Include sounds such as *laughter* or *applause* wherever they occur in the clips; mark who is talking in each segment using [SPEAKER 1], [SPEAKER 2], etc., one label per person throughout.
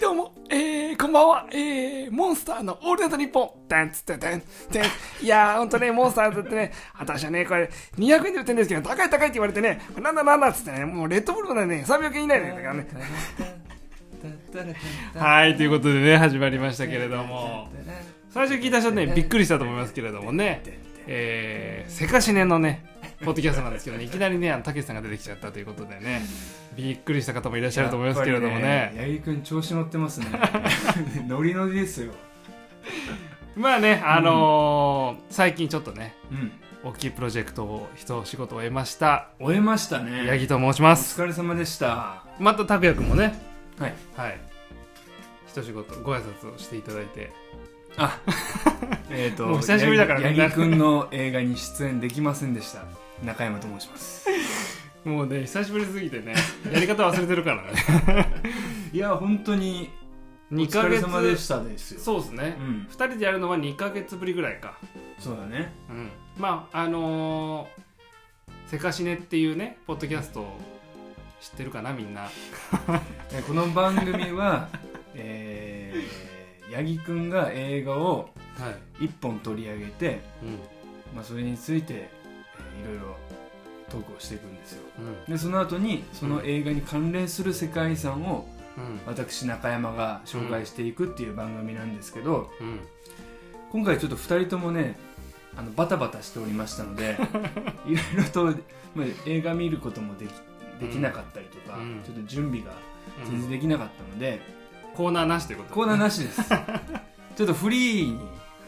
[SPEAKER 1] どうも、えー、こんばんは、えー、モンスターのオールナイトニッポン、てんつっててん、てん。いやー、ほんとね、モンスターズってね、私はね、これ、200円で売ってるんですけど、高い高いって言われてね、なんだなんだっつってね、もうレッドブルがね、300円以内だからね。はい、ということでね、始まりましたけれども、最初聞いた人ね、びっくりしたと思いますけれどもね、えー、せかしねのね、ポッドキャストなんですけどね、いきなりね、あのたけしさんが出てきちゃったということでね、びっくりした方もいらっしゃると思いますけれども
[SPEAKER 2] やっぱ
[SPEAKER 1] ね
[SPEAKER 2] り。八木君調子乗ってますね *laughs* ノリノリですよ、
[SPEAKER 1] まあね、あのー最近ちょっとね、
[SPEAKER 2] うん、
[SPEAKER 1] 大きいプロジェクトを、一仕事を終えました、
[SPEAKER 2] 終えましたね
[SPEAKER 1] 八木と申し
[SPEAKER 2] お
[SPEAKER 1] ます。
[SPEAKER 2] 疲れ様でした
[SPEAKER 1] また拓也君もね、
[SPEAKER 2] はい
[SPEAKER 1] はい、一仕事、ご挨拶をしていただいて、
[SPEAKER 2] あえっと
[SPEAKER 1] もう久しぶりだから
[SPEAKER 2] 八木八木君の映画に出演できませんでした中山と申します
[SPEAKER 1] もうね、久しぶりすぎて
[SPEAKER 2] *laughs*
[SPEAKER 1] ね、やり方忘れてるからね。
[SPEAKER 2] いや本当に *laughs* お
[SPEAKER 1] 2
[SPEAKER 2] 疲
[SPEAKER 1] ヶ
[SPEAKER 2] れ
[SPEAKER 1] 月
[SPEAKER 2] 様でしたですよ
[SPEAKER 1] そうですね
[SPEAKER 2] う、ん
[SPEAKER 1] 2人でやるのは2ヶ月ぶりぐらいか。
[SPEAKER 2] そうだね
[SPEAKER 1] うん、まああのー「せかしね」っていうねポッドキャスト知ってるかなみんな
[SPEAKER 2] えこの番組は *laughs* えー、八木君が映画を
[SPEAKER 1] はい、
[SPEAKER 2] 一本取り上げて、
[SPEAKER 1] う
[SPEAKER 2] まあ、それについて、えーいろいろトークをしていくんですよ
[SPEAKER 1] んうん
[SPEAKER 2] でその後にその映画に関連する世界遺産を
[SPEAKER 1] うん
[SPEAKER 2] 私中山が紹介していくっていう番組なんですけど、
[SPEAKER 1] うん、
[SPEAKER 2] 今回ちょっと2人ともねあのバタバタしておりましたの
[SPEAKER 1] *laughs*
[SPEAKER 2] でいろいろと、まあ、映画見ることもできできなかったりとか、
[SPEAKER 1] うん
[SPEAKER 2] ちょっと準備が全然できなかったので、
[SPEAKER 1] コーナーなしということ
[SPEAKER 2] コーナーなしです
[SPEAKER 1] *laughs*
[SPEAKER 2] ちょっとフリーに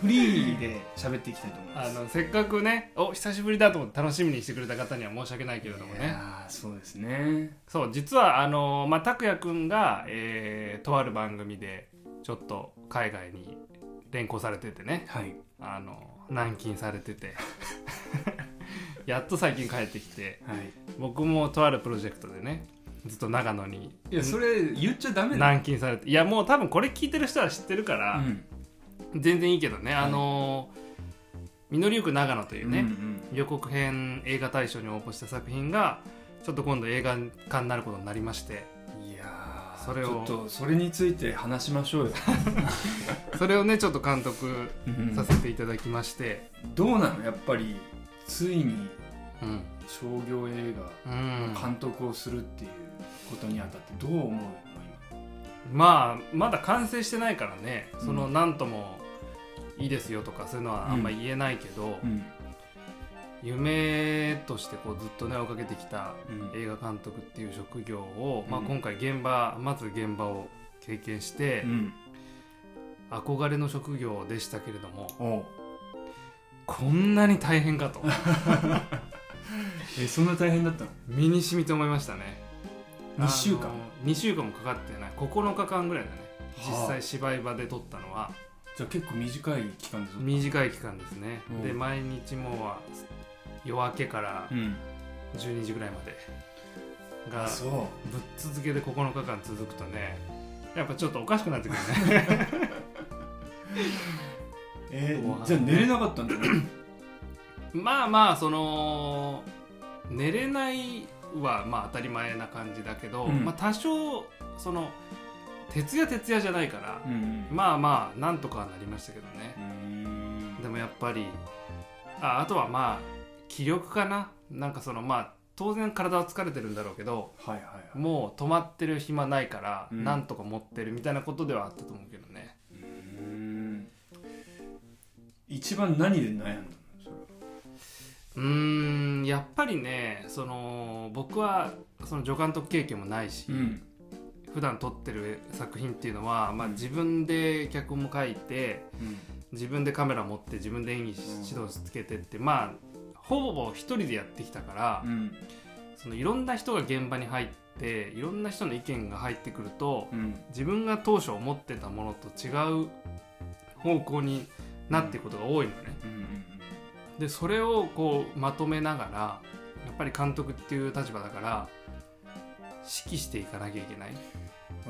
[SPEAKER 2] フリーで喋っていきたいと思いま
[SPEAKER 1] あ
[SPEAKER 2] す
[SPEAKER 1] のせっかくねお久しぶりだと思って楽しみにしてくれた方には申し訳ないけれども
[SPEAKER 2] い
[SPEAKER 1] ね
[SPEAKER 2] やーそうですね
[SPEAKER 1] そう実はあのーまあ拓也くんが、えーとある番組でちょっと海外に連行されててね
[SPEAKER 2] はい
[SPEAKER 1] あの軟禁されてて *laughs* やっと最近帰ってきて
[SPEAKER 2] はい
[SPEAKER 1] 僕もとあるプロジェクトでねずっと長野に
[SPEAKER 2] いやそれ言っちゃダメだよ、
[SPEAKER 1] 軟禁されていやもう多分これ聞いてる人は知ってるから、
[SPEAKER 2] うん
[SPEAKER 1] 全然いいけどね、あのー「実りゆく長野」というね、
[SPEAKER 2] うんうん
[SPEAKER 1] 予告編映画大賞に応募した作品がちょっと今度映画化になることになりまして
[SPEAKER 2] いやー
[SPEAKER 1] それを
[SPEAKER 2] ちょっとそれについて話しましょうよ、
[SPEAKER 1] それをねちょっと監督さ
[SPEAKER 2] さ
[SPEAKER 1] せていただきまして
[SPEAKER 2] どうなのやっぱりついに
[SPEAKER 1] うん、
[SPEAKER 2] 商業映
[SPEAKER 1] うん
[SPEAKER 2] 画監督をするっていうことにあたってどう思うの
[SPEAKER 1] まあまだ完成してないからねその
[SPEAKER 2] うん
[SPEAKER 1] 何ともいいですよとかそういうのはあんま言えないけど、
[SPEAKER 2] 今
[SPEAKER 1] 夢としてこうずっとね追いかけてきた
[SPEAKER 2] うん
[SPEAKER 1] 映画監督っていう職業を、まあ、
[SPEAKER 2] うん
[SPEAKER 1] 今回現場まず現場を経験して、
[SPEAKER 2] うん
[SPEAKER 1] 憧れの職業でしたけれども
[SPEAKER 2] おう
[SPEAKER 1] こんなに大変かと
[SPEAKER 2] えそんな大変だったの
[SPEAKER 1] 身に染みて思いましたね
[SPEAKER 2] 2週
[SPEAKER 1] あ
[SPEAKER 2] 間、
[SPEAKER 1] の2週間もかかってない9日間ぐらいだね実
[SPEAKER 2] は
[SPEAKER 1] 際
[SPEAKER 2] あ
[SPEAKER 1] 芝居場で撮ったのは
[SPEAKER 2] じゃあ結構短い期間で撮った
[SPEAKER 1] 短い期間ですね、
[SPEAKER 2] うん
[SPEAKER 1] で毎日もうは夜明けから
[SPEAKER 2] うん
[SPEAKER 1] 12時ぐらいまでが
[SPEAKER 2] あそ
[SPEAKER 1] ぶっ続けで9日間続くとねやっぱちょっとおかしくなってくるね *laughs*
[SPEAKER 2] うえ
[SPEAKER 1] 後半ね
[SPEAKER 2] じゃあ寝れなかったんだね *laughs*
[SPEAKER 1] まあまあその寝れないはまあ当たり前な感じだけど、
[SPEAKER 2] うん
[SPEAKER 1] まあ多少その徹夜徹夜じゃないから、
[SPEAKER 2] ん
[SPEAKER 1] まあまあなんとかはなりましたけどね
[SPEAKER 2] うーん
[SPEAKER 1] でもやっぱりああとはまあ気力かななんかそのまあ当然体は疲れてるんだろうけど
[SPEAKER 2] はいはいはい
[SPEAKER 1] もう止まってる暇ないから、
[SPEAKER 2] うん
[SPEAKER 1] なんとか持ってるみたいなことではあったと思うけどね
[SPEAKER 2] うーん一番何で悩んだのそれは
[SPEAKER 1] うーんやっぱりねその僕はその助監督経験もないし、普段撮ってる作品っていうのは、まあ、
[SPEAKER 2] うん
[SPEAKER 1] 自分で脚本も書いて
[SPEAKER 2] うん
[SPEAKER 1] 自分でカメラ持って自分で演技し
[SPEAKER 2] うん
[SPEAKER 1] 指導しつけてって、まあほぼ一人でやってきたから、
[SPEAKER 2] うん
[SPEAKER 1] そのいろんな人が現場に入っていろんな人の意見が入ってくると
[SPEAKER 2] うん
[SPEAKER 1] 自分が当初思ってたものと違う方向になっていくことが多いのね。
[SPEAKER 2] うんうん
[SPEAKER 1] でそれをこうまとめながらやっぱり監督っていう立場だから指揮していかなきゃいけない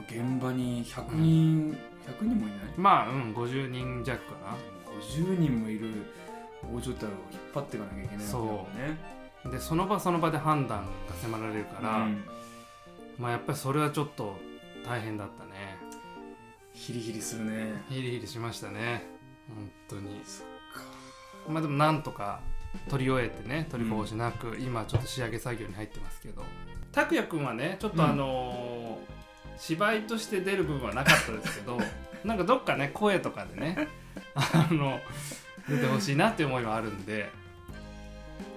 [SPEAKER 2] 現場に100人、100人もいない
[SPEAKER 1] まあうん50人弱か
[SPEAKER 2] 50人もいる大所帯を引っ張っていかなきゃいけないわけだもんね
[SPEAKER 1] なでその場その場で判断が迫られるから、
[SPEAKER 2] うん
[SPEAKER 1] まあやっぱりそれはちょっと大変だったね
[SPEAKER 2] ヒリヒリするね
[SPEAKER 1] ヒリヒリしましたね本当に
[SPEAKER 2] そっ
[SPEAKER 1] まあでもなんとか取り終えてね取りこぼしなく、今ちょっと仕上げ作業に入ってますけど拓也くんはねちょっとあのー芝居として出る部分はなかったですけ
[SPEAKER 2] *laughs*
[SPEAKER 1] どなんかどっかね声とかでねあの出てほしいなっていう思いはあるんで、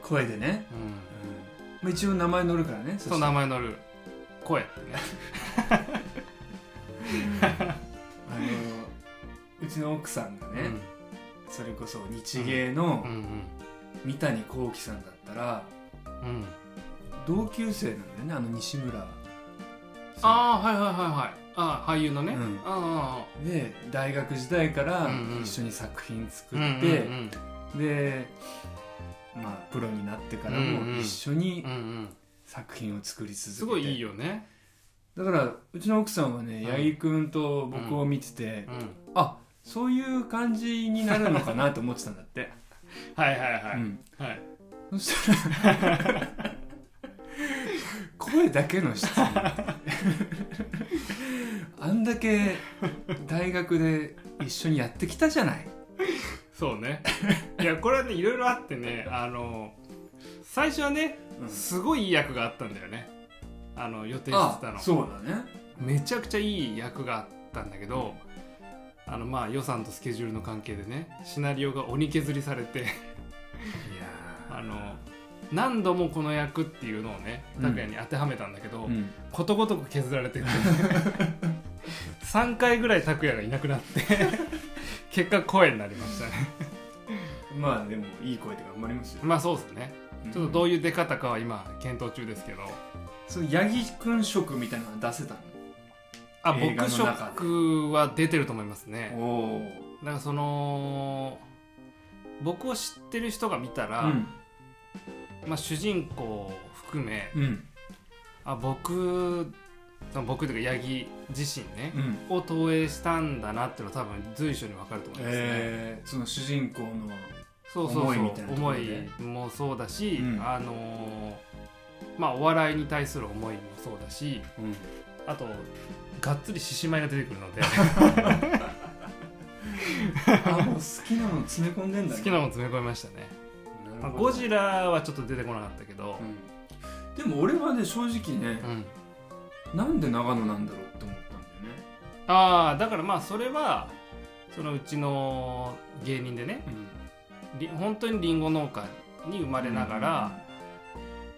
[SPEAKER 2] 声でね、
[SPEAKER 1] うん
[SPEAKER 2] うんまあ、一応名前乗るからねそし
[SPEAKER 1] そ
[SPEAKER 2] て
[SPEAKER 1] の名前乗る声ってね
[SPEAKER 2] あのうちの奥さんがね、
[SPEAKER 1] うん
[SPEAKER 2] それこそ日芸の
[SPEAKER 1] うん
[SPEAKER 2] 三谷幸喜さんだったら
[SPEAKER 1] うんうん
[SPEAKER 2] 同級生なんだよねあの西村あ
[SPEAKER 1] ああはいはいはいはいああ俳優のね、
[SPEAKER 2] うん
[SPEAKER 1] あ
[SPEAKER 2] で大学時代から
[SPEAKER 1] うんうん
[SPEAKER 2] 一緒に作品
[SPEAKER 1] あ
[SPEAKER 2] 作
[SPEAKER 1] うん
[SPEAKER 2] っ
[SPEAKER 1] うん
[SPEAKER 2] て、でまあプロになってから
[SPEAKER 1] うんうん
[SPEAKER 2] も一緒に
[SPEAKER 1] うんうん
[SPEAKER 2] 作品を作り続けて
[SPEAKER 1] すごいいいよね
[SPEAKER 2] だからうちの奥さんはね
[SPEAKER 1] うん
[SPEAKER 2] 八木君と僕を見てて、
[SPEAKER 1] うん
[SPEAKER 2] あそういう感じになるのかなと思ってたんだって、
[SPEAKER 1] はいはい *laughs* は
[SPEAKER 2] う
[SPEAKER 1] い、
[SPEAKER 2] ん、
[SPEAKER 1] はい
[SPEAKER 2] そしたら声だけの質
[SPEAKER 1] *laughs*
[SPEAKER 2] 問あんだけ大学で一緒にやってきたじゃない
[SPEAKER 1] そうねいやこれはねいろいろあってねあの最初はねすごいいい役があったんだよねあの予定してたの
[SPEAKER 2] そうだね
[SPEAKER 1] めちゃくちゃいい役があったんだけどあのまあ予算とスケジュールの関係でねシナリオが鬼削りされて
[SPEAKER 2] いや
[SPEAKER 1] あの何度もこの役っていうのをね
[SPEAKER 2] うん
[SPEAKER 1] 拓哉に当てはめたんだけど、
[SPEAKER 2] うん、
[SPEAKER 1] ことごとく削られ
[SPEAKER 2] *laughs*
[SPEAKER 1] てくる3回ぐらい拓哉がいなくなって結果声になりましたね
[SPEAKER 2] まあでもいい声で頑張りますよ、
[SPEAKER 1] まあそうですねちょっとど
[SPEAKER 2] いう
[SPEAKER 1] ういう出方かは今検討中ですけど
[SPEAKER 2] その八木君色みたいなの出せた
[SPEAKER 1] あ
[SPEAKER 2] 映画
[SPEAKER 1] 僕
[SPEAKER 2] の中で
[SPEAKER 1] 色は出てると思いますね
[SPEAKER 2] のおお
[SPEAKER 1] だからその僕を知ってる人が見たら、
[SPEAKER 2] うん
[SPEAKER 1] まあ、主人公を含め
[SPEAKER 2] うん
[SPEAKER 1] あ僕僕というか八木自身ね、
[SPEAKER 2] うん
[SPEAKER 1] を投影したんだなっていうのは多分随所に分かると思いますね、
[SPEAKER 2] えー、その主人公の
[SPEAKER 1] そうそうそう
[SPEAKER 2] 思いみたいなところで
[SPEAKER 1] 思いもそうだし、
[SPEAKER 2] うん
[SPEAKER 1] あのーまあお笑いに対する思いもそうだしあとがっつり獅子舞が出てくるの
[SPEAKER 2] *laughs*
[SPEAKER 1] で
[SPEAKER 2] あもう好きなの詰め込んでんだ、
[SPEAKER 1] 好きなもの詰め込みましたね、まあ、ゴジラはちょっと出てこなかったけど、
[SPEAKER 2] でも俺はね正直ね
[SPEAKER 1] う、ん
[SPEAKER 2] なんで長野なんだろうって思ったんだよね、
[SPEAKER 1] ああだからまあそれはそのうちの芸人でねり本当にりんご農家に生まれながら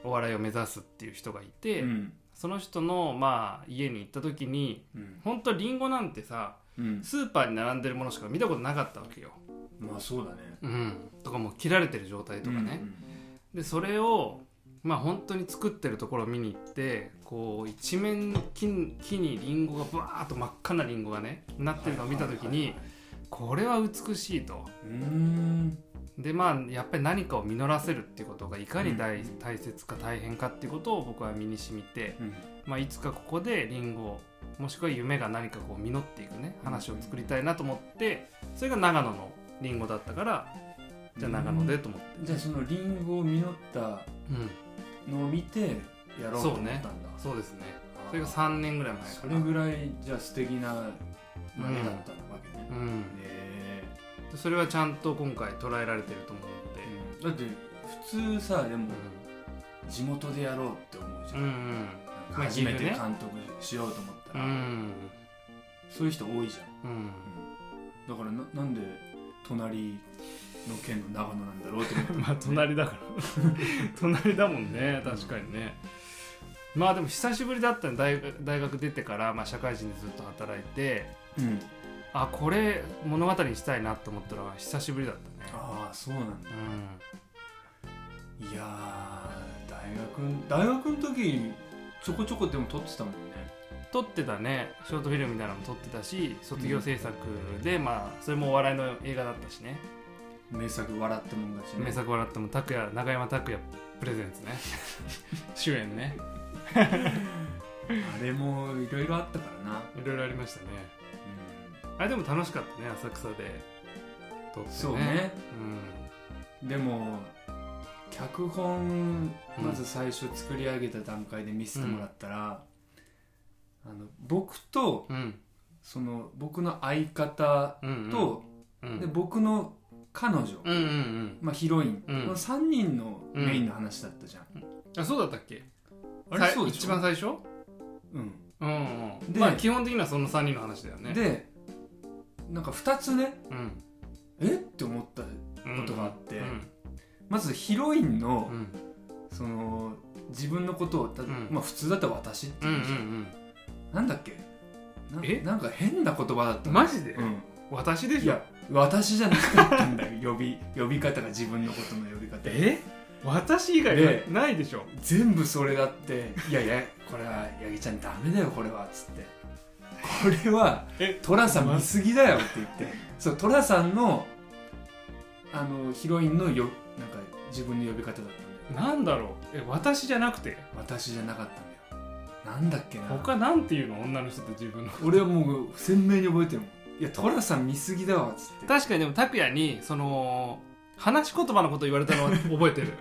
[SPEAKER 1] お笑いを目指すっていう人がいて、
[SPEAKER 2] うん
[SPEAKER 1] その人のまあ家に行った時に
[SPEAKER 2] うん
[SPEAKER 1] 本当りんごなんてさ
[SPEAKER 2] うん、
[SPEAKER 1] スーパーに並んでるものしか見たことなかったわけよ。
[SPEAKER 2] まあそうだね
[SPEAKER 1] うん、とかもう切られてる状態とかね。でそれをまあ本当に作ってるところを見に行ってこう一面の木に木にリンゴがバーッと真っ赤なリンゴがねなってるのを見た時にこれは美しいと。
[SPEAKER 2] うーん
[SPEAKER 1] でまあやっぱり何かを実らせるっていうことがいかに大,、
[SPEAKER 2] うん
[SPEAKER 1] 大切か大変かっていうことを僕は身に染みて、まあ、いつかここでリンゴもしくは夢が何かこう実っていくね話を作りたいなと思ってそれが長野のリンゴだったからじゃあ長野でと思って、
[SPEAKER 2] じゃあそのリンゴを実った
[SPEAKER 1] うん、
[SPEAKER 2] のを見てやろうと思ったんだ
[SPEAKER 1] そうですね
[SPEAKER 2] あー
[SPEAKER 1] それが3年ぐらい前
[SPEAKER 2] そ
[SPEAKER 1] か
[SPEAKER 2] れ
[SPEAKER 1] な
[SPEAKER 2] ぐらいじゃあ素敵な何だったのわけね、
[SPEAKER 1] う
[SPEAKER 2] ね
[SPEAKER 1] ん、
[SPEAKER 2] え
[SPEAKER 1] でそれはちゃんと今回捉えられてると思うので、
[SPEAKER 2] だって普通さでも
[SPEAKER 1] う
[SPEAKER 2] 地元でやろうって思うじゃ、
[SPEAKER 1] んうんん
[SPEAKER 2] なんか
[SPEAKER 1] まあ
[SPEAKER 2] 初めて
[SPEAKER 1] 自由
[SPEAKER 2] 監
[SPEAKER 1] ね
[SPEAKER 2] 督しようと思った
[SPEAKER 1] う
[SPEAKER 2] ら、
[SPEAKER 1] ん
[SPEAKER 2] そういう人多いじゃん
[SPEAKER 1] うん
[SPEAKER 2] だからななんで隣の県の長野なんだろうと思っ
[SPEAKER 1] *laughs*
[SPEAKER 2] た
[SPEAKER 1] まあ隣だから隣だもんね確かにね、まあでも久しぶりだったね大学大学出てから、まあ、社会人でずっと働いて
[SPEAKER 2] うん、
[SPEAKER 1] あこれ物語にしたいなと思ったら久しぶりだったね
[SPEAKER 2] ああそうなんだ
[SPEAKER 1] うん
[SPEAKER 2] いやー大学大学の時ちょこちょこでも撮ってたもんね
[SPEAKER 1] 撮ってたねショートフィルムみたいなのも撮ってたし卒業制作で、まあそれもお笑いの映画だったしね
[SPEAKER 2] 名作「笑ってもん勝ち、ね」
[SPEAKER 1] 名作笑っても拓也永山拓也プレゼンツ
[SPEAKER 2] *laughs*
[SPEAKER 1] ね主演ね
[SPEAKER 2] あれもいろいろあったからな、
[SPEAKER 1] いろいろありましたね
[SPEAKER 2] う
[SPEAKER 1] あれでも楽しかったね浅草で撮ってね
[SPEAKER 2] ん、そうね
[SPEAKER 1] うん
[SPEAKER 2] でも脚本
[SPEAKER 1] うん
[SPEAKER 2] まず最初作り上げた段階で見せてもらったら、あの僕と
[SPEAKER 1] うん
[SPEAKER 2] その僕の相方
[SPEAKER 1] うんうん、
[SPEAKER 2] と、
[SPEAKER 1] うん、
[SPEAKER 2] で僕の彼女、
[SPEAKER 1] うんうんうん
[SPEAKER 2] まあ、ヒロイン、
[SPEAKER 1] うん
[SPEAKER 2] この3人のメインの話だったじゃん、
[SPEAKER 1] あそうだったっけ
[SPEAKER 2] あれ
[SPEAKER 1] さい
[SPEAKER 2] そうでしょ
[SPEAKER 1] 一番最初
[SPEAKER 2] うん
[SPEAKER 1] うんうん
[SPEAKER 2] で
[SPEAKER 1] まあ基本的にはその3人の話だよね
[SPEAKER 2] でなんか2つね
[SPEAKER 1] うん
[SPEAKER 2] えって思った
[SPEAKER 1] うん
[SPEAKER 2] ことがあって
[SPEAKER 1] うん
[SPEAKER 2] まずヒロインの
[SPEAKER 1] う、ん
[SPEAKER 2] その自分のことをた、
[SPEAKER 1] うん
[SPEAKER 2] まあ普通だったら私って
[SPEAKER 1] うんう
[SPEAKER 2] い
[SPEAKER 1] ん
[SPEAKER 2] うじゃん、なんだっけな
[SPEAKER 1] え
[SPEAKER 2] なんか変な言葉だった
[SPEAKER 1] うん
[SPEAKER 2] の
[SPEAKER 1] マジで、
[SPEAKER 2] うん
[SPEAKER 1] 私で
[SPEAKER 2] い
[SPEAKER 1] しょ
[SPEAKER 2] や私じゃなかったんだよ呼び呼び方が自分のことの呼び方
[SPEAKER 1] え私以外
[SPEAKER 2] で
[SPEAKER 1] なないでしょ
[SPEAKER 2] 全部それだっていやいやこれは八木ちゃんダメだよこれはっつってこれは
[SPEAKER 1] え
[SPEAKER 2] 寅さん見すぎだよって言ってそう寅さんのあのヒロインのよなんか自分の呼び方だったんだよ
[SPEAKER 1] なんだろうえ私じゃなくて
[SPEAKER 2] 私じゃなかったんだよなんだっけな
[SPEAKER 1] 他なんていうの女の人って自分の
[SPEAKER 2] 俺はもう鮮明に覚えてるもんいや寅さん見すぎだわっつって
[SPEAKER 1] 確かにでも拓哉にその話し言葉のこと言われたのは覚えてる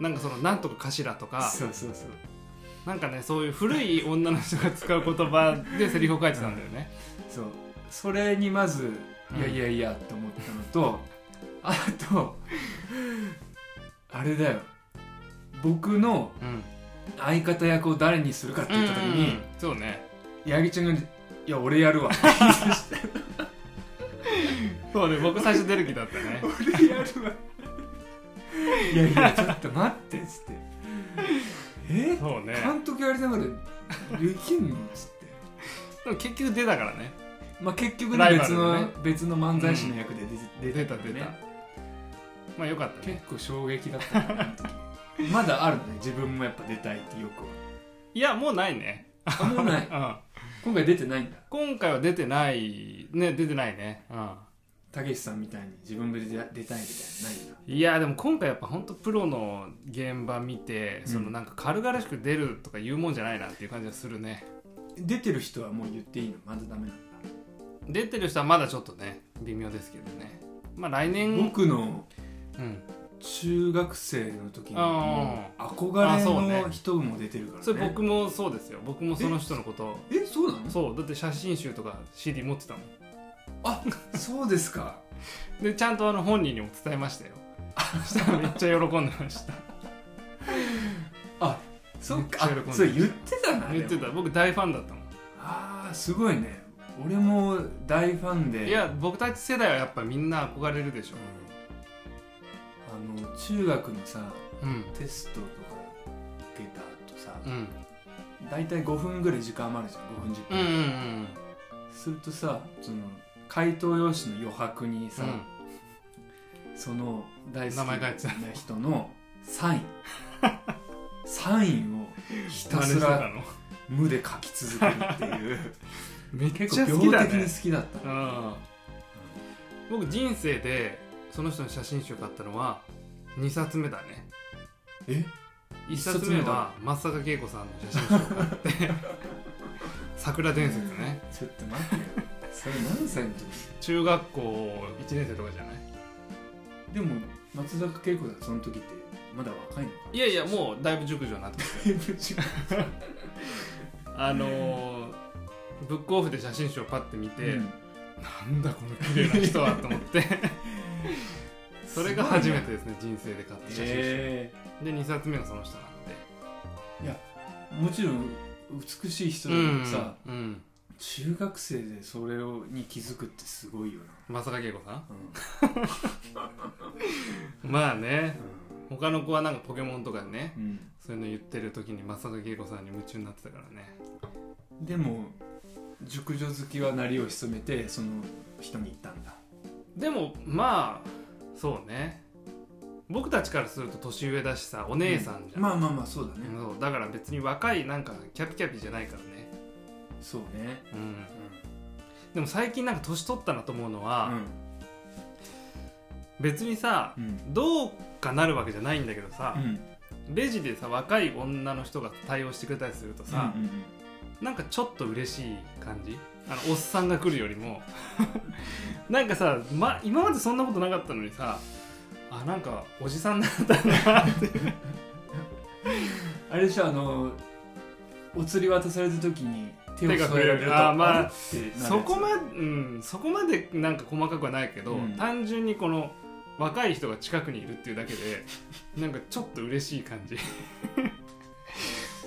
[SPEAKER 1] なんかその「なんとかかしら」とか
[SPEAKER 2] そうそうそう
[SPEAKER 1] なんかねそういう古い女の人が使う言葉でセリフを書いてたんだよね
[SPEAKER 2] そうそれにまず
[SPEAKER 1] うん
[SPEAKER 2] いやいやいやって思ったのと、
[SPEAKER 1] *laughs*
[SPEAKER 2] あとあれだよ僕の
[SPEAKER 1] うん
[SPEAKER 2] 相方役を誰にするかって言った時に
[SPEAKER 1] そうね
[SPEAKER 2] 八木ちゃんが「いや俺や
[SPEAKER 1] *laughs*
[SPEAKER 2] るわ」
[SPEAKER 1] そうね僕最初出る気だったね
[SPEAKER 2] 俺やるわ」いやいやちょっと待って」っつって「え
[SPEAKER 1] そうね
[SPEAKER 2] 監督やりながらできんの?」っつって
[SPEAKER 1] でも結局出たからね
[SPEAKER 2] まあ結局
[SPEAKER 1] ラ
[SPEAKER 2] ね
[SPEAKER 1] イバ
[SPEAKER 2] 別
[SPEAKER 1] ルの
[SPEAKER 2] の
[SPEAKER 1] ね
[SPEAKER 2] 別の漫才師の役で出
[SPEAKER 1] 出
[SPEAKER 2] て
[SPEAKER 1] た
[SPEAKER 2] ん
[SPEAKER 1] 出
[SPEAKER 2] だ
[SPEAKER 1] た
[SPEAKER 2] ね
[SPEAKER 1] まあよかったね
[SPEAKER 2] 結構衝撃だったなあの時まだあるのね自分もやっぱ出たいってよく
[SPEAKER 1] いやもうないね
[SPEAKER 2] あもうない
[SPEAKER 1] うん
[SPEAKER 2] 今回出てないんだ
[SPEAKER 1] 今回は出てないね出てないねうん
[SPEAKER 2] たけしさんみたいに自分で出たいみたいなのないんだ
[SPEAKER 1] いやでも今回やっぱ本当プロの現場見て、
[SPEAKER 2] ん
[SPEAKER 1] そのなんか軽々しく出るとか言うもんじゃないなっていう感じがするね
[SPEAKER 2] 出てる人はもう言っていいのまだダメなんだ
[SPEAKER 1] 出てる人はまだちょっとね微妙ですけどねまあ来年
[SPEAKER 2] 僕の
[SPEAKER 1] うん
[SPEAKER 2] 中学生の時に
[SPEAKER 1] あー
[SPEAKER 2] もう
[SPEAKER 1] あそう
[SPEAKER 2] 憧れ
[SPEAKER 1] ね
[SPEAKER 2] の人も出てるからね
[SPEAKER 1] それ僕もそうですよ僕もその人のこと
[SPEAKER 2] えそうなの
[SPEAKER 1] そうだって写真集とか CD 持ってたもん
[SPEAKER 2] そうですか
[SPEAKER 1] でちゃんとあの本人にも伝えま *laughs* したよそしたらめっちゃ喜んでました
[SPEAKER 2] そっか
[SPEAKER 1] めっちゃ喜んで
[SPEAKER 2] あ
[SPEAKER 1] る
[SPEAKER 2] それ言ってたなでも
[SPEAKER 1] 言ってた僕大ファンだったもん
[SPEAKER 2] ああすごいね俺も大ファンで
[SPEAKER 1] いや僕たち世代はやっぱみんな憧れるでしょ
[SPEAKER 2] あの中学のさ
[SPEAKER 1] うん
[SPEAKER 2] テストとか受けた後さ、
[SPEAKER 1] うん
[SPEAKER 2] 大体5分ぐらい時間余るじゃん5分10
[SPEAKER 1] うん
[SPEAKER 2] 分、
[SPEAKER 1] うんうん
[SPEAKER 2] するとさその回答用紙の余白にさ、
[SPEAKER 1] う
[SPEAKER 2] その大好き
[SPEAKER 1] 名前書いて
[SPEAKER 2] な人のサ
[SPEAKER 1] *laughs*
[SPEAKER 2] インサインをひた
[SPEAKER 1] 真似し
[SPEAKER 2] す
[SPEAKER 1] てた
[SPEAKER 2] ら
[SPEAKER 1] の
[SPEAKER 2] 無で書き続けるっていう
[SPEAKER 1] *laughs* めっ
[SPEAKER 2] 結
[SPEAKER 1] ちゃ好
[SPEAKER 2] 構
[SPEAKER 1] き
[SPEAKER 2] 病
[SPEAKER 1] だ
[SPEAKER 2] 的に
[SPEAKER 1] ね
[SPEAKER 2] 好きだった、
[SPEAKER 1] うん僕人生でその人の写真集買ったのは2冊目だね
[SPEAKER 2] え
[SPEAKER 1] 1冊目は松坂慶子さんの写真集を買って *laughs* 桜伝説ね
[SPEAKER 2] ちょっと待ってよそれ何歳の時
[SPEAKER 1] 中学校1年生とかじゃない
[SPEAKER 2] でも松坂慶子さんその時ってまだ若いのか
[SPEAKER 1] いやいやもうだいぶ熟女になってますよあのーブックオフで写真集をパッて見て、
[SPEAKER 2] うん
[SPEAKER 1] なんだこの綺麗な人はと思ってそれが初めてですね人生で買った写真集、
[SPEAKER 2] え
[SPEAKER 1] で2冊目がその人なんで
[SPEAKER 2] えもちろん美しい人だけどさ、
[SPEAKER 1] うんうん、
[SPEAKER 2] 中学生でそれをに気づくってすごいよな、
[SPEAKER 1] 松坂慶子さん *laughs*
[SPEAKER 2] う
[SPEAKER 1] まあね
[SPEAKER 2] ん
[SPEAKER 1] 他の子はなんかポケモンとかね
[SPEAKER 2] うん
[SPEAKER 1] そういうの言ってる時に松坂慶子さんに夢中になってたからね
[SPEAKER 2] でも熟女好きはなりを潜めてその人に行ったんだ
[SPEAKER 1] でもまあそうね僕たちからすると年上だしさお姉さんじゃん、
[SPEAKER 2] まあまあまあそうだね、
[SPEAKER 1] そうだから別に若いなんかキャピキャピじゃないからね
[SPEAKER 2] そうね
[SPEAKER 1] うんでも最近なんか年取ったなと思うの
[SPEAKER 2] う
[SPEAKER 1] は、
[SPEAKER 2] ん
[SPEAKER 1] 別にさ
[SPEAKER 2] うん
[SPEAKER 1] どうかなるわけじゃないんだけど
[SPEAKER 2] う
[SPEAKER 1] さ、
[SPEAKER 2] ん
[SPEAKER 1] レジでさ若い女の人が対応してくれたりするとさ、
[SPEAKER 2] うんうん
[SPEAKER 1] なんかちょっと嬉しい感じあのおっさんが来るより
[SPEAKER 2] *laughs*
[SPEAKER 1] もなんかさ、ま、今までそんなことなかったのにさあなんかおじさんだったなって
[SPEAKER 2] あれでしょあのお釣り渡された時に手を添えられ
[SPEAKER 1] 手
[SPEAKER 2] ると
[SPEAKER 1] が触れるあーまあ
[SPEAKER 2] れってなるやつ
[SPEAKER 1] そこまで、うん、そこまでなんか細かくはないけど、
[SPEAKER 2] うん
[SPEAKER 1] 単純にこの若い人が近くにいるっていうだけでなんかちょっと嬉しい
[SPEAKER 2] *laughs*
[SPEAKER 1] 感じ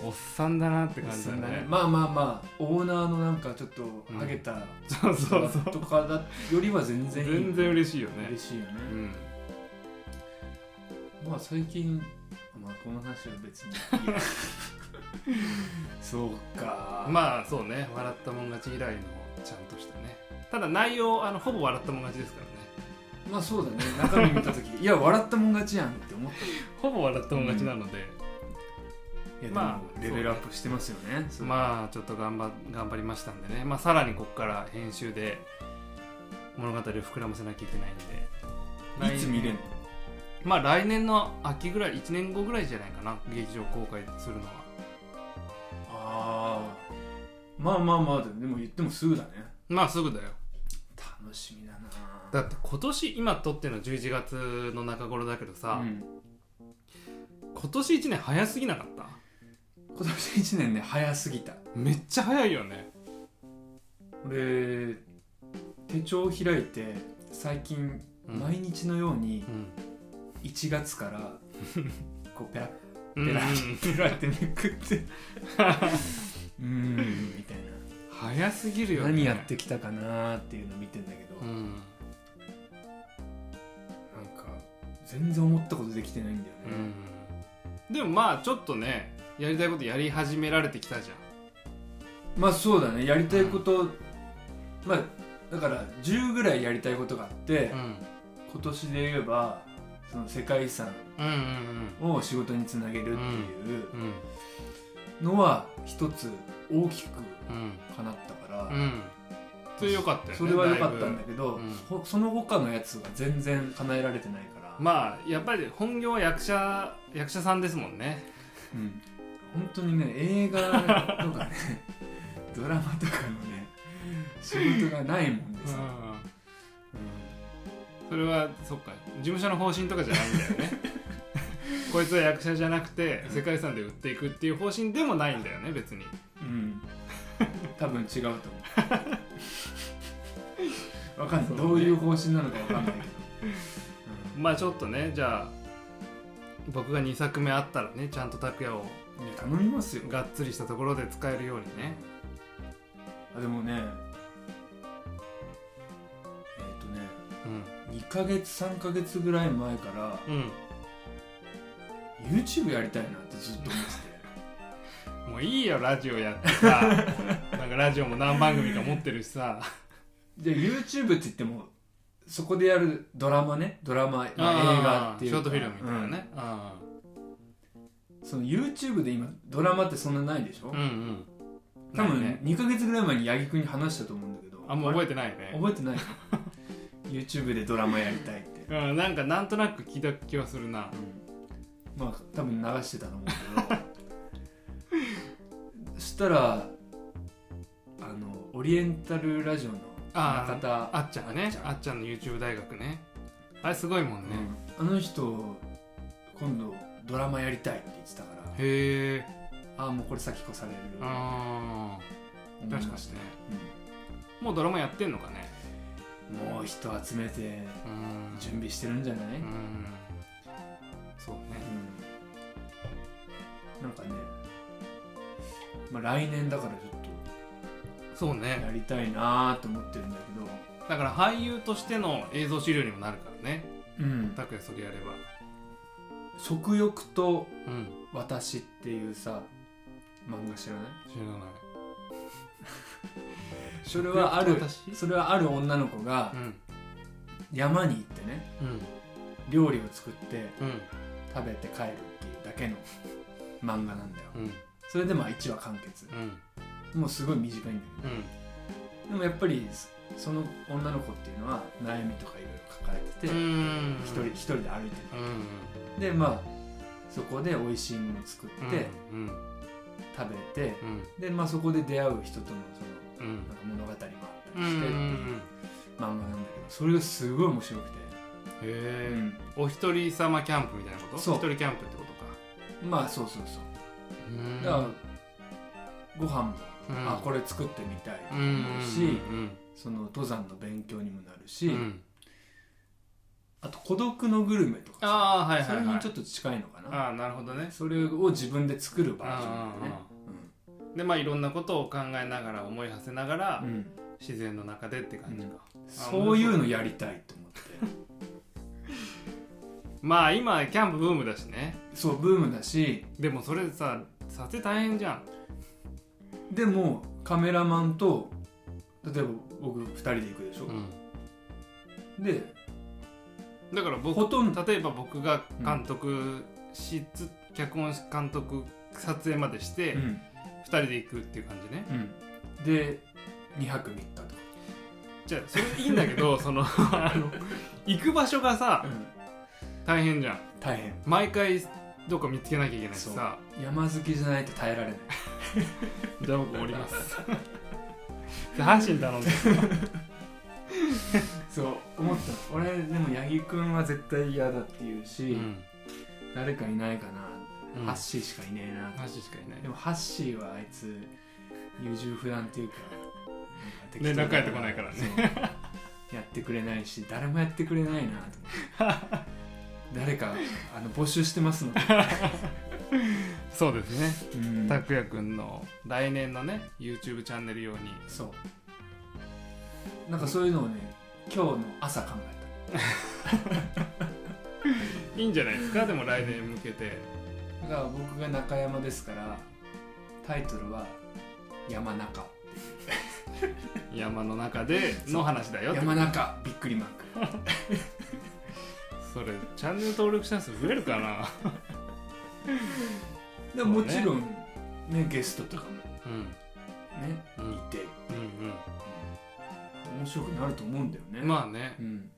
[SPEAKER 1] おっさんだなって感じ
[SPEAKER 2] そ
[SPEAKER 1] だ
[SPEAKER 2] んなね
[SPEAKER 1] ね
[SPEAKER 2] まあまあまあオーナーのなんかちょっとハゲた
[SPEAKER 1] そうそうそう
[SPEAKER 2] とかだよりは全然いい
[SPEAKER 1] 全然嬉しいよね
[SPEAKER 2] 嬉しいよね
[SPEAKER 1] うん
[SPEAKER 2] まあ最近まあこの話は別にい *laughs* いやそうか
[SPEAKER 1] まあそうね「笑ったもん勝ち」以来のちゃんとしたねただ内容あのほぼ笑ったもん勝ちですからね
[SPEAKER 2] まあそうだね中身見た *laughs* 時いや笑ったもん勝ちやんって思っ
[SPEAKER 1] ほぼ笑ったもん勝ちなので、
[SPEAKER 2] たいや
[SPEAKER 1] まあ
[SPEAKER 2] でもレベルアップしてますよねそれ
[SPEAKER 1] まあちょっと頑張頑張りましたんでね、まあ、さらにここから編集で物語を膨らませなきゃいけないんで来
[SPEAKER 2] い
[SPEAKER 1] 年
[SPEAKER 2] つ見れんの
[SPEAKER 1] まあ来年の秋ぐらい1年後ぐらいじゃないかな劇場公開するのは
[SPEAKER 2] ああまあまあまあでもでも言ってもすぐだね
[SPEAKER 1] まあすぐだよ
[SPEAKER 2] 楽しみだな
[SPEAKER 1] だって今年今撮ってるの11月の中頃だけどさ、
[SPEAKER 2] うん
[SPEAKER 1] 今年1年早すぎなかった
[SPEAKER 2] 今年1年ね早すぎた
[SPEAKER 1] めっちゃ早いよね
[SPEAKER 2] 俺手帳を開いて最近
[SPEAKER 1] うん
[SPEAKER 2] 毎日のように
[SPEAKER 1] うん
[SPEAKER 2] 1月からこ *laughs* うペラッ
[SPEAKER 1] うん
[SPEAKER 2] ペラ *laughs* ッペラッてめく *laughs* ってうーんみたい
[SPEAKER 1] 早すぎるよ
[SPEAKER 2] な
[SPEAKER 1] ね
[SPEAKER 2] 何やってきたかなーっていうの見てんだけど
[SPEAKER 1] う
[SPEAKER 2] なんんか全然思ったことできてないんだよね
[SPEAKER 1] うんでもまあちょっとねやりたいことやり始められてきたじゃん
[SPEAKER 2] まあそうだねやりたいことまあだから10ぐらいやりたいことがあって
[SPEAKER 1] うん
[SPEAKER 2] 今年で言えばその世界遺産
[SPEAKER 1] うんうん
[SPEAKER 2] を仕事につなげるっていう
[SPEAKER 1] うんうん
[SPEAKER 2] のは一つ大きく
[SPEAKER 1] うん
[SPEAKER 2] 叶ったから、
[SPEAKER 1] うんそれ良かったよね
[SPEAKER 2] それは良かったんだけ
[SPEAKER 1] だ
[SPEAKER 2] ど
[SPEAKER 1] いぶうん
[SPEAKER 2] ほその他のやつが全然叶えられてないから、
[SPEAKER 1] まあやっぱり本業は役者役者さんですもんね
[SPEAKER 2] うん本当にね映画とかねドラマとかのね仕事がないもんでさ、
[SPEAKER 1] それはそっか事務所の方針とかじゃないんだよ
[SPEAKER 2] *laughs*
[SPEAKER 1] ねこいつは役者じゃなくて世界遺産で売っていくっていう方針でもないんだよね別に
[SPEAKER 2] うん多分違うと思うわかんない、どういう方針なのかわかんないけど、
[SPEAKER 1] まあちょっとねじゃあ僕が2作目あったらねちゃんと拓哉を
[SPEAKER 2] うんいや頼みますよ
[SPEAKER 1] がっつりしたところで使えるようにね
[SPEAKER 2] あでもねえっ、とね
[SPEAKER 1] うん
[SPEAKER 2] 2ヶ月3ヶ月ぐらい前から
[SPEAKER 1] うん
[SPEAKER 2] YouTube やりたいなってずっと思って
[SPEAKER 1] もういいよラジオやってさ
[SPEAKER 2] *laughs*
[SPEAKER 1] なんかラジオも何番組か持ってるしさ
[SPEAKER 2] てで YouTube って言ってもそこでやるドラマねドラマ、まあ映画っていう
[SPEAKER 1] ショ
[SPEAKER 2] か
[SPEAKER 1] ートフィルムみたいなね、あ
[SPEAKER 2] うんその YouTube で今ドラマってそんなないでしょ、
[SPEAKER 1] ーうんうん
[SPEAKER 2] 多分、
[SPEAKER 1] ないね
[SPEAKER 2] 2ヶ月ぐらい前に八木君に話したと思うんだけど
[SPEAKER 1] あんま覚え
[SPEAKER 2] え
[SPEAKER 1] てないね
[SPEAKER 2] 覚えてない *laughs* YouTube でドラマやりた
[SPEAKER 1] *laughs*
[SPEAKER 2] いって、
[SPEAKER 1] うん、なんかなんとなく聞いた気はするな
[SPEAKER 2] まあ多分流してたと思うけどそしたらあのオリエンタルラジオの
[SPEAKER 1] あ
[SPEAKER 2] 中田
[SPEAKER 1] あっちゃんね
[SPEAKER 2] あ
[SPEAKER 1] あ
[SPEAKER 2] っ
[SPEAKER 1] っ
[SPEAKER 2] ち
[SPEAKER 1] ち
[SPEAKER 2] ゃ
[SPEAKER 1] ゃ
[SPEAKER 2] ん
[SPEAKER 1] んの YouTube 大学ねあれすごいもんね、
[SPEAKER 2] うんあの人今度ドラマやりたいって言ってたから
[SPEAKER 1] へえ
[SPEAKER 2] ああもうこれ先越される
[SPEAKER 1] あ
[SPEAKER 2] 思
[SPEAKER 1] ー
[SPEAKER 2] い
[SPEAKER 1] 確か
[SPEAKER 2] まし
[SPEAKER 1] に
[SPEAKER 2] た
[SPEAKER 1] ねもうドラマやってんのかね
[SPEAKER 2] うんもう人集めて
[SPEAKER 1] うん
[SPEAKER 2] 準備してるんじゃない、
[SPEAKER 1] うんそうね
[SPEAKER 2] うんなんかね、まあ、来年だからちょっ
[SPEAKER 1] そう
[SPEAKER 2] と
[SPEAKER 1] ね
[SPEAKER 2] やりたいなーと思ってるんだ
[SPEAKER 1] だから俳優としての映像資料にもなるからね
[SPEAKER 2] けど、うん、
[SPEAKER 1] 拓哉それやれば
[SPEAKER 2] 食欲と
[SPEAKER 1] うん
[SPEAKER 2] 私っていうさ漫画知らない
[SPEAKER 1] 知らない
[SPEAKER 2] それはある
[SPEAKER 1] 私
[SPEAKER 2] それはある女の子が
[SPEAKER 1] うん
[SPEAKER 2] 山に行ってね
[SPEAKER 1] うん
[SPEAKER 2] 料理を作って
[SPEAKER 1] うん
[SPEAKER 2] 食べて帰るっていうだけの漫画なんだよ
[SPEAKER 1] うん
[SPEAKER 2] それでまあ1話完結
[SPEAKER 1] うん
[SPEAKER 2] もうすごい短いんだ
[SPEAKER 1] うん
[SPEAKER 2] けどでもやっぱりそその女の子っていうのは悩みとかいろいろ抱えてて
[SPEAKER 1] うん
[SPEAKER 2] 一人一人で歩いて
[SPEAKER 1] うんうん
[SPEAKER 2] るでまあそこで美味しいもの作って
[SPEAKER 1] うん
[SPEAKER 2] 食べて
[SPEAKER 1] うん
[SPEAKER 2] でまあそこで出会う人とのその
[SPEAKER 1] うんうん
[SPEAKER 2] なんか物語もあったりしてって
[SPEAKER 1] う
[SPEAKER 2] い
[SPEAKER 1] んう
[SPEAKER 2] うん漫画なんだけどそれがすごい面白くて、
[SPEAKER 1] へえお一人様キャンプみたいなこと
[SPEAKER 2] そう
[SPEAKER 1] 一人キャンプってことか
[SPEAKER 2] まあそうそうそう
[SPEAKER 1] うん
[SPEAKER 2] だからご飯も
[SPEAKER 1] うん
[SPEAKER 2] あこれ作ってみたいと
[SPEAKER 1] うん
[SPEAKER 2] 思うし、
[SPEAKER 1] うん
[SPEAKER 2] その登山の勉強にもなるし、
[SPEAKER 1] うん
[SPEAKER 2] あと「孤独のグルメ」とかさ
[SPEAKER 1] ああはいはい
[SPEAKER 2] それ
[SPEAKER 1] は
[SPEAKER 2] に
[SPEAKER 1] い
[SPEAKER 2] ちょっと近いのかな、
[SPEAKER 1] ああなるほどね
[SPEAKER 2] それを自分で作るバージョンだよね
[SPEAKER 1] あーでまあいろんなことを考えながら思い馳せながら
[SPEAKER 2] うんうん
[SPEAKER 1] 自然の中でって感じか
[SPEAKER 2] そういうのやりたいと思って
[SPEAKER 1] まあ今キャンプブームだしね
[SPEAKER 2] そうブームだし
[SPEAKER 1] でもそれさ撮影大変じゃん
[SPEAKER 2] でもカメラマンと例えば僕2人で行くでしょ、で
[SPEAKER 1] だから
[SPEAKER 2] ほ
[SPEAKER 1] 僕
[SPEAKER 2] とんど
[SPEAKER 1] 例えば僕が監督しつ脚本監督撮影までして
[SPEAKER 2] うん
[SPEAKER 1] 2人で行くっていう感じね
[SPEAKER 2] うん、で2泊3日とか、
[SPEAKER 1] じゃあそれいいんだけ *laughs* どそのあの行く場所がさ大変じゃん
[SPEAKER 2] 大変
[SPEAKER 1] 毎回どこか見つけなきゃいけないしさ
[SPEAKER 2] 山好きじゃないと耐えられ
[SPEAKER 1] *laughs*
[SPEAKER 2] ない
[SPEAKER 1] じゃあ僕降ります *laughs* じゃあ阪神頼んで
[SPEAKER 2] そう思った俺でも八木君は絶対嫌だって言うし、
[SPEAKER 1] うん
[SPEAKER 2] 誰かいないかな、
[SPEAKER 1] うん
[SPEAKER 2] ハッ
[SPEAKER 1] 阪
[SPEAKER 2] シーしかいねえな、
[SPEAKER 1] 神しかいない
[SPEAKER 2] でもハッシーはあいつ優柔不断っていうか
[SPEAKER 1] 連絡返ってこないからね
[SPEAKER 2] ねやってくれないし誰もやってくれないなと思って
[SPEAKER 1] *laughs*
[SPEAKER 2] 誰かあの募集してますので、
[SPEAKER 1] そうですね
[SPEAKER 2] うん
[SPEAKER 1] 拓也くんの来年のね YouTube チャンネル用に
[SPEAKER 2] そうなんかそういうのをね今日の朝考え
[SPEAKER 1] いいんじゃないですかでも来年向けて
[SPEAKER 2] ただから僕が中山ですからタイトルは「山中
[SPEAKER 1] 山の中での話だ」よって
[SPEAKER 2] 山中びっくりマーク
[SPEAKER 1] それチャンネル登録者数増えるかな
[SPEAKER 2] でももちろんねゲストとかも
[SPEAKER 1] うん
[SPEAKER 2] ね
[SPEAKER 1] うん
[SPEAKER 2] いて
[SPEAKER 1] うん
[SPEAKER 2] 面白くなると思うんだよね
[SPEAKER 1] うんまあね
[SPEAKER 2] うん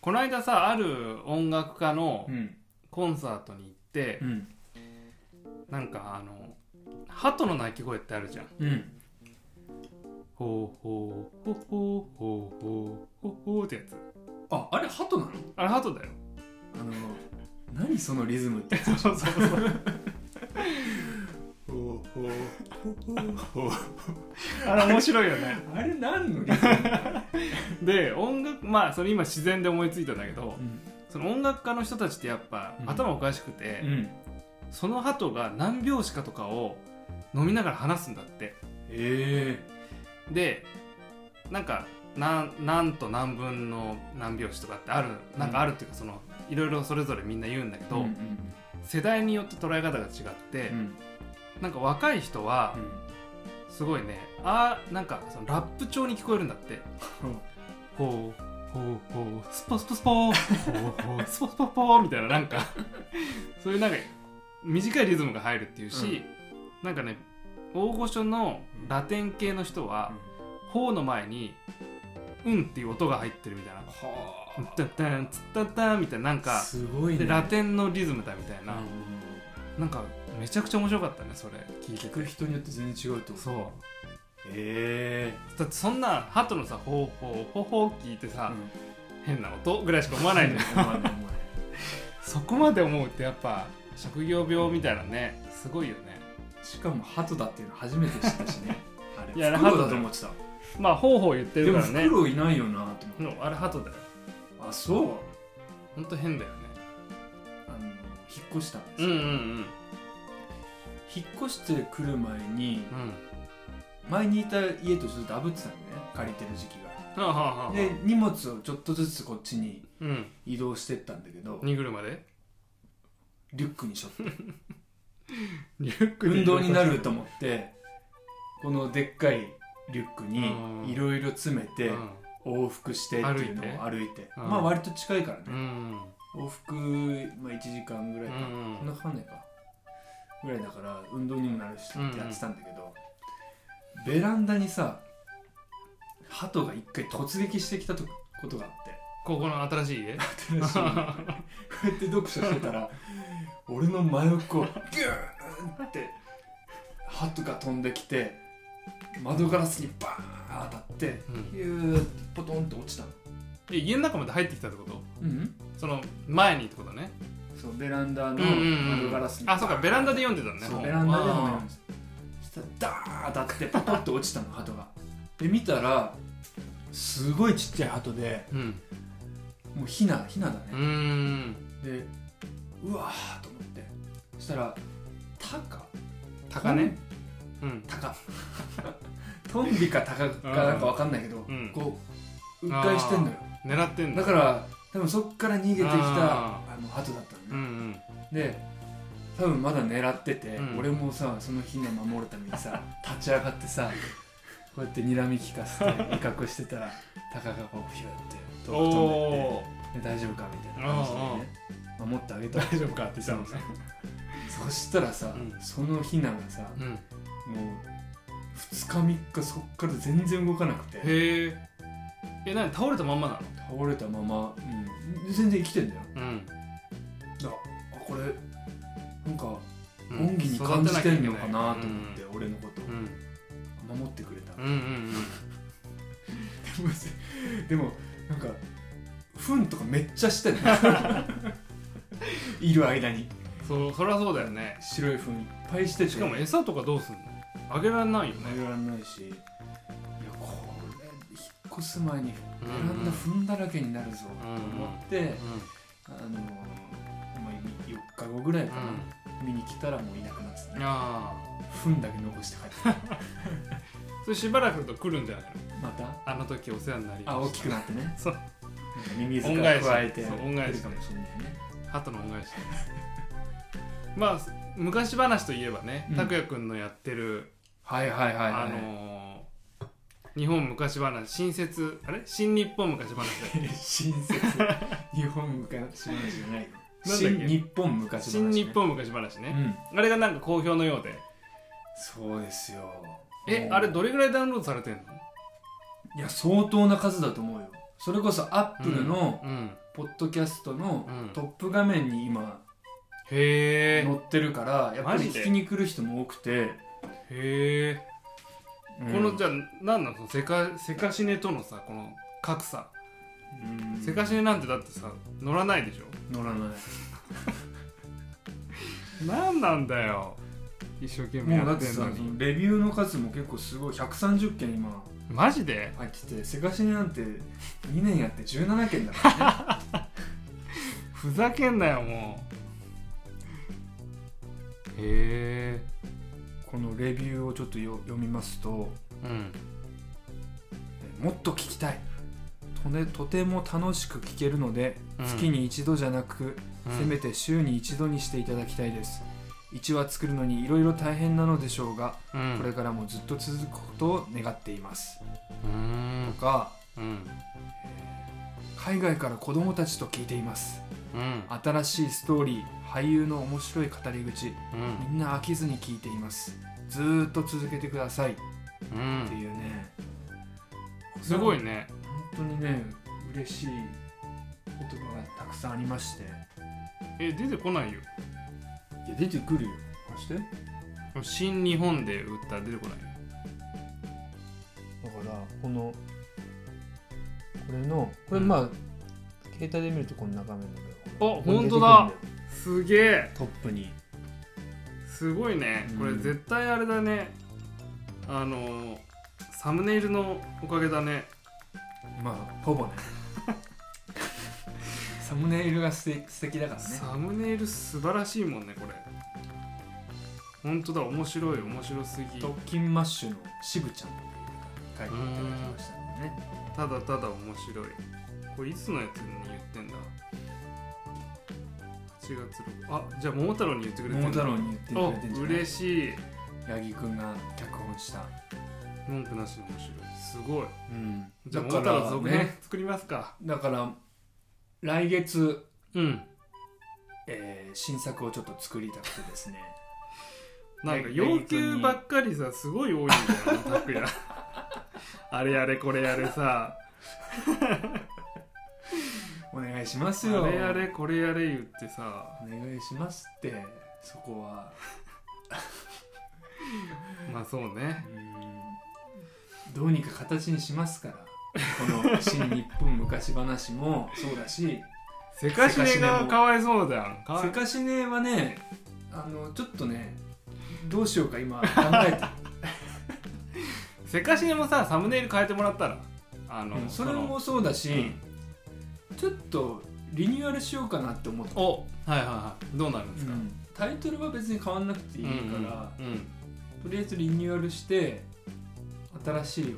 [SPEAKER 1] この間さある音楽家の
[SPEAKER 2] うん
[SPEAKER 1] コンサートに行って
[SPEAKER 2] うん
[SPEAKER 1] なんかあの鳩の鳴き声ってあるじゃん
[SPEAKER 2] うん
[SPEAKER 1] ほうほうほうほうほうほうほうほうってやつ
[SPEAKER 2] ああれ鳩なの
[SPEAKER 1] あれ鳩だよ
[SPEAKER 2] あの何そのリズムって
[SPEAKER 1] *laughs* そうそう
[SPEAKER 2] *laughs*
[SPEAKER 1] そう
[SPEAKER 2] ほうほうほうほう
[SPEAKER 1] あれ面白いよね
[SPEAKER 2] あれ何のリズム、
[SPEAKER 1] *laughs* で音楽まあそれ今自然で思いついたんだけどその音楽家の人たちってやっぱ
[SPEAKER 2] うん
[SPEAKER 1] 頭おかしくて、
[SPEAKER 2] うん、
[SPEAKER 1] その鳩が何拍子かとかを飲みながら話すんだって
[SPEAKER 2] え
[SPEAKER 1] でなんかなんなんと何分の何拍子とかってあるなんかあるっていうかそのいろいろそれぞれみんな言うんだけ
[SPEAKER 2] え
[SPEAKER 1] ど、世代によって捉え方が違って、なんか若い人はすごいねあーなんかそのラップ調に聞こえるんだってほうほうほうスポスポスポーほうほうスポスポスポーみたいななん *laughs* かそういうなんか短いリズムが入るっていうし、なんかね大御所のラテン系の人は「ほう」の前に「うん」っていう音が入ってるみたいな「
[SPEAKER 2] は
[SPEAKER 1] タッタンツッタッタン」みたいななんか
[SPEAKER 2] すごい
[SPEAKER 1] で
[SPEAKER 2] ね
[SPEAKER 1] ラテンのリズムだみたい
[SPEAKER 2] うんう
[SPEAKER 1] な、
[SPEAKER 2] ん
[SPEAKER 1] なんかめちゃくちゃ面白かったねそれ聞いて
[SPEAKER 2] 聞く人によって全然違うってこと
[SPEAKER 1] そ
[SPEAKER 2] え
[SPEAKER 1] うだってそんなハトのさ「ほうほうほうほう」聞いて
[SPEAKER 2] え
[SPEAKER 1] さ、変な音ぐらいしか思わない
[SPEAKER 2] *laughs*
[SPEAKER 1] じゃん
[SPEAKER 2] 思わない思わない
[SPEAKER 1] *laughs* そこまで思うってやっぱ職業病みたいなねすごいよね
[SPEAKER 2] しかも鳩だっていうの初めて知ったし
[SPEAKER 1] *laughs*
[SPEAKER 2] ねあれ
[SPEAKER 1] いやあれ
[SPEAKER 2] フクロウだと思ってた
[SPEAKER 1] まあほうほう言って
[SPEAKER 2] で
[SPEAKER 1] るか
[SPEAKER 2] も
[SPEAKER 1] ら
[SPEAKER 2] フ
[SPEAKER 1] ね
[SPEAKER 2] クロウいないよなと思って
[SPEAKER 1] うんあれハトだよ
[SPEAKER 2] あそう
[SPEAKER 1] ほんと変だよね
[SPEAKER 2] あの引っ越したんです
[SPEAKER 1] う
[SPEAKER 2] よ
[SPEAKER 1] んうんうん
[SPEAKER 2] 引っ越してくる前に
[SPEAKER 1] うん
[SPEAKER 2] 前にいた家とちょっとダブってたのね借りてる時期が
[SPEAKER 1] はあはあはあ
[SPEAKER 2] で荷物をちょっとずつこっちに
[SPEAKER 1] うん
[SPEAKER 2] 移動してったんだけど
[SPEAKER 1] 荷車で
[SPEAKER 2] リュックにしょって
[SPEAKER 1] リュック
[SPEAKER 2] *laughs* 運動になると思ってこのでっかいリュック
[SPEAKER 1] うん
[SPEAKER 2] にいろいろ詰めて往復してっていうのを歩いて
[SPEAKER 1] うん
[SPEAKER 2] まあ割と近いから
[SPEAKER 1] う
[SPEAKER 2] ね
[SPEAKER 1] ん
[SPEAKER 2] 往復、まあ、1時間ぐ
[SPEAKER 1] う
[SPEAKER 2] らいかな、そん
[SPEAKER 1] ん
[SPEAKER 2] なかかんないかぐらいだから運動にもなるしってやってたんだけど、ベランダにさ鳩が一回突撃してきたとことがあって
[SPEAKER 1] *laughs* ここの新しい家
[SPEAKER 2] 新しいこうやって読書してたら俺の真横をギューンって鳩が飛んできて窓ガラスにバーン当たって
[SPEAKER 1] うん
[SPEAKER 2] ギューってポトンって落ちたの
[SPEAKER 1] え家の中まで入ってきたってこと
[SPEAKER 2] うん
[SPEAKER 1] その前にってことね
[SPEAKER 2] そうベランダの
[SPEAKER 1] うんうんうん
[SPEAKER 2] 窓ガラスに
[SPEAKER 1] あそうかベランダで読んでたのね
[SPEAKER 2] そう
[SPEAKER 1] 本
[SPEAKER 2] ベランダで飲めるんですそしたらダーッ当たってパタッと落ちたの鳩がで見たらすごいちっちゃい鳩で
[SPEAKER 1] うん
[SPEAKER 2] もうヒナヒナだね
[SPEAKER 1] うーん
[SPEAKER 2] でうわーと思ってそしたらタカ
[SPEAKER 1] タカねうん
[SPEAKER 2] タカトンビかタカかなんかわかんないけど、
[SPEAKER 1] ん
[SPEAKER 2] こう迂回してんのよ
[SPEAKER 1] 狙ってんだ
[SPEAKER 2] だから多分そっから逃げてきた
[SPEAKER 1] あ
[SPEAKER 2] あの鳩だった
[SPEAKER 1] う
[SPEAKER 2] のね、
[SPEAKER 1] ん
[SPEAKER 2] で多分まだ狙ってて、
[SPEAKER 1] うん
[SPEAKER 2] 俺もさそのヒナ守るため
[SPEAKER 1] *laughs*
[SPEAKER 2] にさ立ち上がってさこうやって睨み利かせ
[SPEAKER 1] *laughs*
[SPEAKER 2] て威嚇してたらタカがこうヒュッて
[SPEAKER 1] うん
[SPEAKER 2] 遠く飛んでって
[SPEAKER 1] おお
[SPEAKER 2] で大丈夫かみたいな感じでね守ってあげた
[SPEAKER 1] 大丈夫かって言ったのね
[SPEAKER 2] そしたらさ、
[SPEAKER 1] うん
[SPEAKER 2] そのヒナがさも
[SPEAKER 1] うん
[SPEAKER 2] う2日3日そっから全然動かなくて
[SPEAKER 1] へええ何倒れたまんまな
[SPEAKER 2] 倒れたまま、うん、全然生きてんだよ
[SPEAKER 1] のうん
[SPEAKER 2] だあこれなんか
[SPEAKER 1] うん
[SPEAKER 2] 恩義に感じてんのかな
[SPEAKER 1] 育
[SPEAKER 2] と
[SPEAKER 1] て
[SPEAKER 2] 思
[SPEAKER 1] きゃい
[SPEAKER 2] っ
[SPEAKER 1] け
[SPEAKER 2] て、
[SPEAKER 1] ない
[SPEAKER 2] 俺のこと
[SPEAKER 1] うん
[SPEAKER 2] 守ってくれた、 *laughs*
[SPEAKER 1] うんうんうん
[SPEAKER 2] でもせでもなんかフンとかめっちゃしてん
[SPEAKER 1] *laughs*
[SPEAKER 2] のいる間に
[SPEAKER 1] うんそうそりゃそうだよね
[SPEAKER 2] 白いフンいっぱいしてて
[SPEAKER 1] しかも餌とかどうすんのあげられないよね
[SPEAKER 2] 投げられないしいやこれ引っ越す前に
[SPEAKER 1] う
[SPEAKER 2] ベ
[SPEAKER 1] ん
[SPEAKER 2] ランダ踏んだらけになるぞと思って、
[SPEAKER 1] うん
[SPEAKER 2] あのーまあ、4日後ぐらいかな、見に来たらもういなくなってた
[SPEAKER 1] うん
[SPEAKER 2] ね
[SPEAKER 1] あ
[SPEAKER 2] 糞だけ残して帰ってた
[SPEAKER 1] あそれしばらくと来るんじゃないの
[SPEAKER 2] また
[SPEAKER 1] あの時お世話になりました
[SPEAKER 2] あ大きくなってね
[SPEAKER 1] *laughs* そう
[SPEAKER 2] なんかミミズ
[SPEAKER 1] 恩
[SPEAKER 2] が
[SPEAKER 1] 返し
[SPEAKER 2] 加えて
[SPEAKER 1] そう恩返し
[SPEAKER 2] 来るかもしれないね
[SPEAKER 1] 鳩の恩返し *laughs* まあ昔話といえばね
[SPEAKER 2] うん
[SPEAKER 1] 拓哉くんのやってる、
[SPEAKER 2] はいはいはいはい
[SPEAKER 1] あ
[SPEAKER 2] *laughs*
[SPEAKER 1] のー日本昔話新説あれ新日本昔話だよ
[SPEAKER 2] 新設日本昔話じゃないよ
[SPEAKER 1] *laughs* なんだっけ
[SPEAKER 2] 新日本昔話、
[SPEAKER 1] 新
[SPEAKER 2] ね、
[SPEAKER 1] 日本昔話
[SPEAKER 2] う
[SPEAKER 1] ね、
[SPEAKER 2] ん
[SPEAKER 1] あれがなんか好評のようで
[SPEAKER 2] そうですよ
[SPEAKER 1] え
[SPEAKER 2] もう
[SPEAKER 1] あれどれぐらいダウンロードされてんの
[SPEAKER 2] いや相当な数だと思うよそれこそアップルの
[SPEAKER 1] うん
[SPEAKER 2] ポッドキャストの
[SPEAKER 1] うん
[SPEAKER 2] トップ画面に今
[SPEAKER 1] へ
[SPEAKER 2] 載ってるからやっぱ
[SPEAKER 1] マ
[SPEAKER 2] り
[SPEAKER 1] ジで
[SPEAKER 2] 聞きに来る人も多くて、
[SPEAKER 1] えへえ、
[SPEAKER 2] うん
[SPEAKER 1] このじゃあ何なのそのセカセカシネとのさこの格差
[SPEAKER 2] うん
[SPEAKER 1] セカシネなんてだってさ乗らないでしょ
[SPEAKER 2] 乗らない
[SPEAKER 1] 何なんだよ一生懸命
[SPEAKER 2] もうだ
[SPEAKER 1] や
[SPEAKER 2] っ
[SPEAKER 1] っててん
[SPEAKER 2] さ
[SPEAKER 1] のに
[SPEAKER 2] レビューの数も結構すごい130件今
[SPEAKER 1] マジで
[SPEAKER 2] 入っててセカシネなんて2年やって17件だから *laughs* ね
[SPEAKER 1] ふざけんなよもうへえ
[SPEAKER 2] このレビューをちょっとよ読みますと
[SPEAKER 1] うん
[SPEAKER 2] えもっと聞きたいと,、ね、とても楽しく聞けるので、
[SPEAKER 1] うん
[SPEAKER 2] 月に一度じゃなく、
[SPEAKER 1] うん
[SPEAKER 2] せめて週に一度にしていただきたいです1話作るのにいろいろ大変なのでしょうが、
[SPEAKER 1] うん
[SPEAKER 2] これからもずっと続くことを願っています
[SPEAKER 1] うーん
[SPEAKER 2] とか
[SPEAKER 1] うん
[SPEAKER 2] 海外から子供たちと聞いています
[SPEAKER 1] うん
[SPEAKER 2] 新しいストーリー俳優の面白い語り口
[SPEAKER 1] うん
[SPEAKER 2] みんな飽きずに聞いていますずーっと続けてくださいっ
[SPEAKER 1] うん
[SPEAKER 2] ていうね、
[SPEAKER 1] すご
[SPEAKER 2] い
[SPEAKER 1] いね
[SPEAKER 2] 本当にね嬉しい言葉がたくさんありましてい
[SPEAKER 1] え出てこないよ
[SPEAKER 2] や出てくるよそしてだか
[SPEAKER 1] 新日本で売ったら出てこないよ
[SPEAKER 2] らこのこれのこれ
[SPEAKER 1] うん
[SPEAKER 2] まあ、携帯で見るとこの中面だけど
[SPEAKER 1] あ
[SPEAKER 2] これ
[SPEAKER 1] 本当だ
[SPEAKER 2] 出てくるんよ
[SPEAKER 1] すげえ
[SPEAKER 2] トップに
[SPEAKER 1] すごいねこれ
[SPEAKER 2] うん
[SPEAKER 1] 絶対あれだねあのーサムネイルのおかげだね
[SPEAKER 2] まあほぼね *laughs* サムネイルが素敵素敵だからね
[SPEAKER 1] サムネイル素晴らしいもんねこれ本当だ面白い面白すぎ
[SPEAKER 2] 特勤マッシュのしぶちゃんっていう方に書いていただきましたんでね
[SPEAKER 1] ただただ面白いこれいつのやつに言ってんだ8月6あじゃあ桃太郎に言ってくれてん
[SPEAKER 2] 桃
[SPEAKER 1] だ
[SPEAKER 2] 太郎に言ってくれてんじゃ
[SPEAKER 1] あ
[SPEAKER 2] ない
[SPEAKER 1] 嬉しい
[SPEAKER 2] 八木くんが脚本した
[SPEAKER 1] 文句なしに面白いすごい
[SPEAKER 2] うん
[SPEAKER 1] じゃあ
[SPEAKER 2] だ
[SPEAKER 1] 桃太
[SPEAKER 2] か
[SPEAKER 1] 郎
[SPEAKER 2] ら
[SPEAKER 1] 続編作りますか
[SPEAKER 2] だから来月、
[SPEAKER 1] うん
[SPEAKER 2] えー新作をちょっと作りたくてですね
[SPEAKER 1] なんか
[SPEAKER 2] え
[SPEAKER 1] 要求ばっかりさすごい多いんだよな拓
[SPEAKER 2] *laughs*
[SPEAKER 1] 也あれやれこれやれさ
[SPEAKER 2] *laughs* お願いしますよ
[SPEAKER 1] あれやれこれやれ言ってさ
[SPEAKER 2] お願いしますってそこは
[SPEAKER 1] まあそうね
[SPEAKER 2] うんどうにか形にしますからこの「新日本昔話」も *laughs* そうだし
[SPEAKER 1] せかしねがかわいそうじゃん
[SPEAKER 2] 「
[SPEAKER 1] かわい
[SPEAKER 2] せかしね」はねあのちょっとねどうしようか今考えて
[SPEAKER 1] せかしねもさサムネイル変えてもらったらあの、
[SPEAKER 2] *laughs* うんそれもそうだし、ちょっとリニューアルしようかなって思った、
[SPEAKER 1] のおはいはいはいどうなるんですか、
[SPEAKER 2] うんタイトルは別に変わんなくていいから、
[SPEAKER 1] うんうんうん
[SPEAKER 2] とりあえずリニューアルして新しい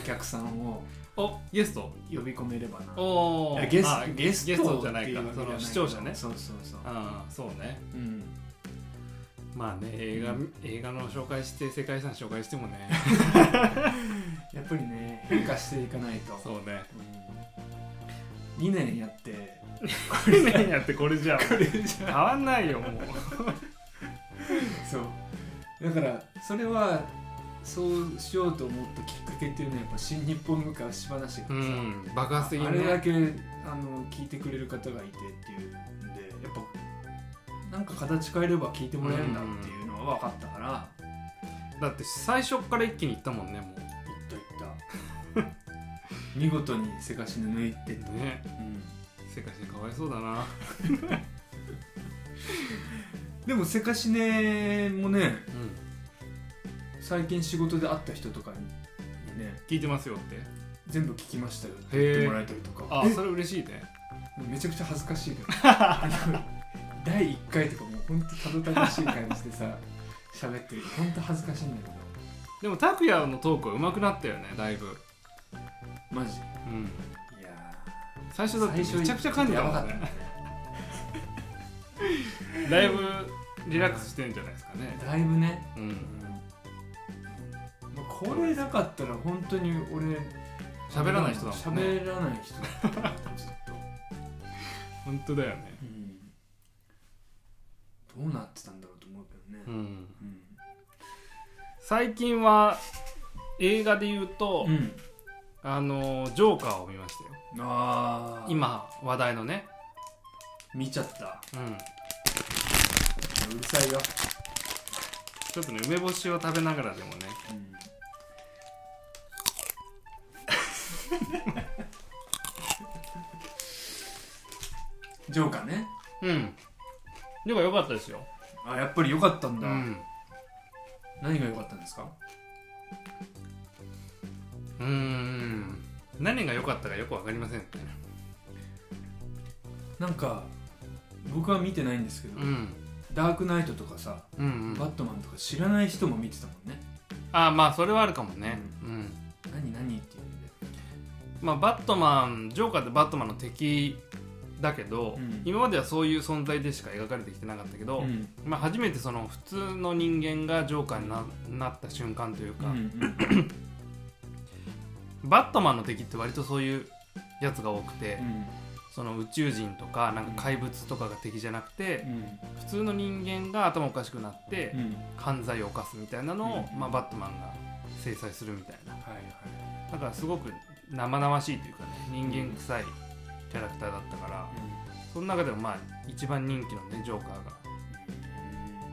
[SPEAKER 2] お客さんを
[SPEAKER 1] おゲスト
[SPEAKER 2] 呼び込めればな
[SPEAKER 1] おー
[SPEAKER 2] いやゲス
[SPEAKER 1] あ
[SPEAKER 2] ゲス
[SPEAKER 1] ゲ
[SPEAKER 2] ト
[SPEAKER 1] ストじゃないか
[SPEAKER 2] ってう
[SPEAKER 1] そ
[SPEAKER 2] わけじゃ
[SPEAKER 1] の
[SPEAKER 2] な
[SPEAKER 1] 視聴者ね
[SPEAKER 2] そうそうそう、
[SPEAKER 1] ああそうね
[SPEAKER 2] うん、
[SPEAKER 1] まあね映画、映画の紹介して世界遺産紹介してもね
[SPEAKER 2] やっぱりね変化していかないと、
[SPEAKER 1] *laughs* そうね
[SPEAKER 2] うん、2年やって
[SPEAKER 1] これ何やってこれじゃん
[SPEAKER 2] これじ
[SPEAKER 1] 変わんないよもう
[SPEAKER 2] ゃそうだからそれはそうしようと思ったきっかけっていうのはやっぱ新日本昔話がさ、
[SPEAKER 1] うん爆発的
[SPEAKER 2] あ
[SPEAKER 1] に
[SPEAKER 2] れだ
[SPEAKER 1] ね
[SPEAKER 2] けあの聞いてくれる方がいてっていうんでやっぱなんか形変えれば聞いてもらえるんだっていうのは分かったから、
[SPEAKER 1] だって最初から一気にいったもんねも
[SPEAKER 2] いっ
[SPEAKER 1] *laughs*
[SPEAKER 2] たいった見事にせかしぬ抜いて、
[SPEAKER 1] うね世界史かわいそうだな
[SPEAKER 2] でもせかしねもね
[SPEAKER 1] うん
[SPEAKER 2] 最近仕事で会った人とかにね
[SPEAKER 1] 聞いてますよって
[SPEAKER 2] 全部聞きましたよって
[SPEAKER 1] へー
[SPEAKER 2] 言ってもらえたりとか
[SPEAKER 1] あ
[SPEAKER 2] え
[SPEAKER 1] それ嬉しいね
[SPEAKER 2] めちゃくちゃ恥ずかしいけど
[SPEAKER 1] *laughs*
[SPEAKER 2] 第1回とかもうほんとたどたどしい感じでさ喋ってるほんと恥ずかしいんだけど
[SPEAKER 1] でも拓哉のトークは上手くなったよねだいぶ
[SPEAKER 2] マジ
[SPEAKER 1] うん
[SPEAKER 2] いや
[SPEAKER 1] 最初だって
[SPEAKER 2] 最
[SPEAKER 1] め
[SPEAKER 2] 初
[SPEAKER 1] ちゃくちゃ噛んで
[SPEAKER 2] や
[SPEAKER 1] た
[SPEAKER 2] ば
[SPEAKER 1] もん
[SPEAKER 2] かった
[SPEAKER 1] ね
[SPEAKER 2] ね
[SPEAKER 1] だいぶリラックスしてんじゃないですかね
[SPEAKER 2] だいぶね、
[SPEAKER 1] うん
[SPEAKER 2] まあ、これなかったら本当に俺
[SPEAKER 1] 喋らない人だもんね
[SPEAKER 2] 喋らな
[SPEAKER 1] *laughs*
[SPEAKER 2] い人だったずっと、
[SPEAKER 1] 本当だよね
[SPEAKER 2] どうなってたんだろうと思うけどね、
[SPEAKER 1] うん
[SPEAKER 2] うん
[SPEAKER 1] 最近は映画で言うと、あのジョーカーを見ましたよ
[SPEAKER 2] ああ
[SPEAKER 1] 今話題のね
[SPEAKER 2] 見ちゃった
[SPEAKER 1] うん
[SPEAKER 2] うるさいよ、
[SPEAKER 1] ちょっとね梅干しを食べながらでもね *laughs*
[SPEAKER 2] ジョーカーね
[SPEAKER 1] うんでも良かったですよ、
[SPEAKER 2] あやっぱり良かったん
[SPEAKER 1] う
[SPEAKER 2] だ、
[SPEAKER 1] ん、
[SPEAKER 2] 何が良かったんですか
[SPEAKER 1] うーん何が良かったかよく分かりませんね
[SPEAKER 2] なんか僕は見てないんですけど、
[SPEAKER 1] うん
[SPEAKER 2] ダークナイトとかさ、
[SPEAKER 1] うんう
[SPEAKER 2] バッ
[SPEAKER 1] ん
[SPEAKER 2] トマンとか知らない人も見てたもんね
[SPEAKER 1] あまあそれはあるかもねうん、
[SPEAKER 2] 何何っていうんで
[SPEAKER 1] まあバットマンジョーカーってバットマンの敵だけど、
[SPEAKER 2] うん
[SPEAKER 1] 今まではそういう存在でしか描かれてきてなかったけど、
[SPEAKER 2] うん
[SPEAKER 1] まあ、初めてその普通の人間がジョーカーにななった瞬間というか、
[SPEAKER 2] うん
[SPEAKER 1] バットマンの敵って割とそういうやつが多くて、
[SPEAKER 2] うん
[SPEAKER 1] その宇宙人とかなんか怪物とかが敵じゃなくて、
[SPEAKER 2] うん
[SPEAKER 1] 普通の人間が頭おかしくなって、
[SPEAKER 2] うん
[SPEAKER 1] 犯罪を犯すみたいなのを、
[SPEAKER 2] うん
[SPEAKER 1] まあ、バットマンが制裁するみたいな
[SPEAKER 2] はいは
[SPEAKER 1] だからすごく生々しいというかね人間臭いキャラクターだったから
[SPEAKER 2] い、
[SPEAKER 1] その中でもまあ一番人気のねジョーカーが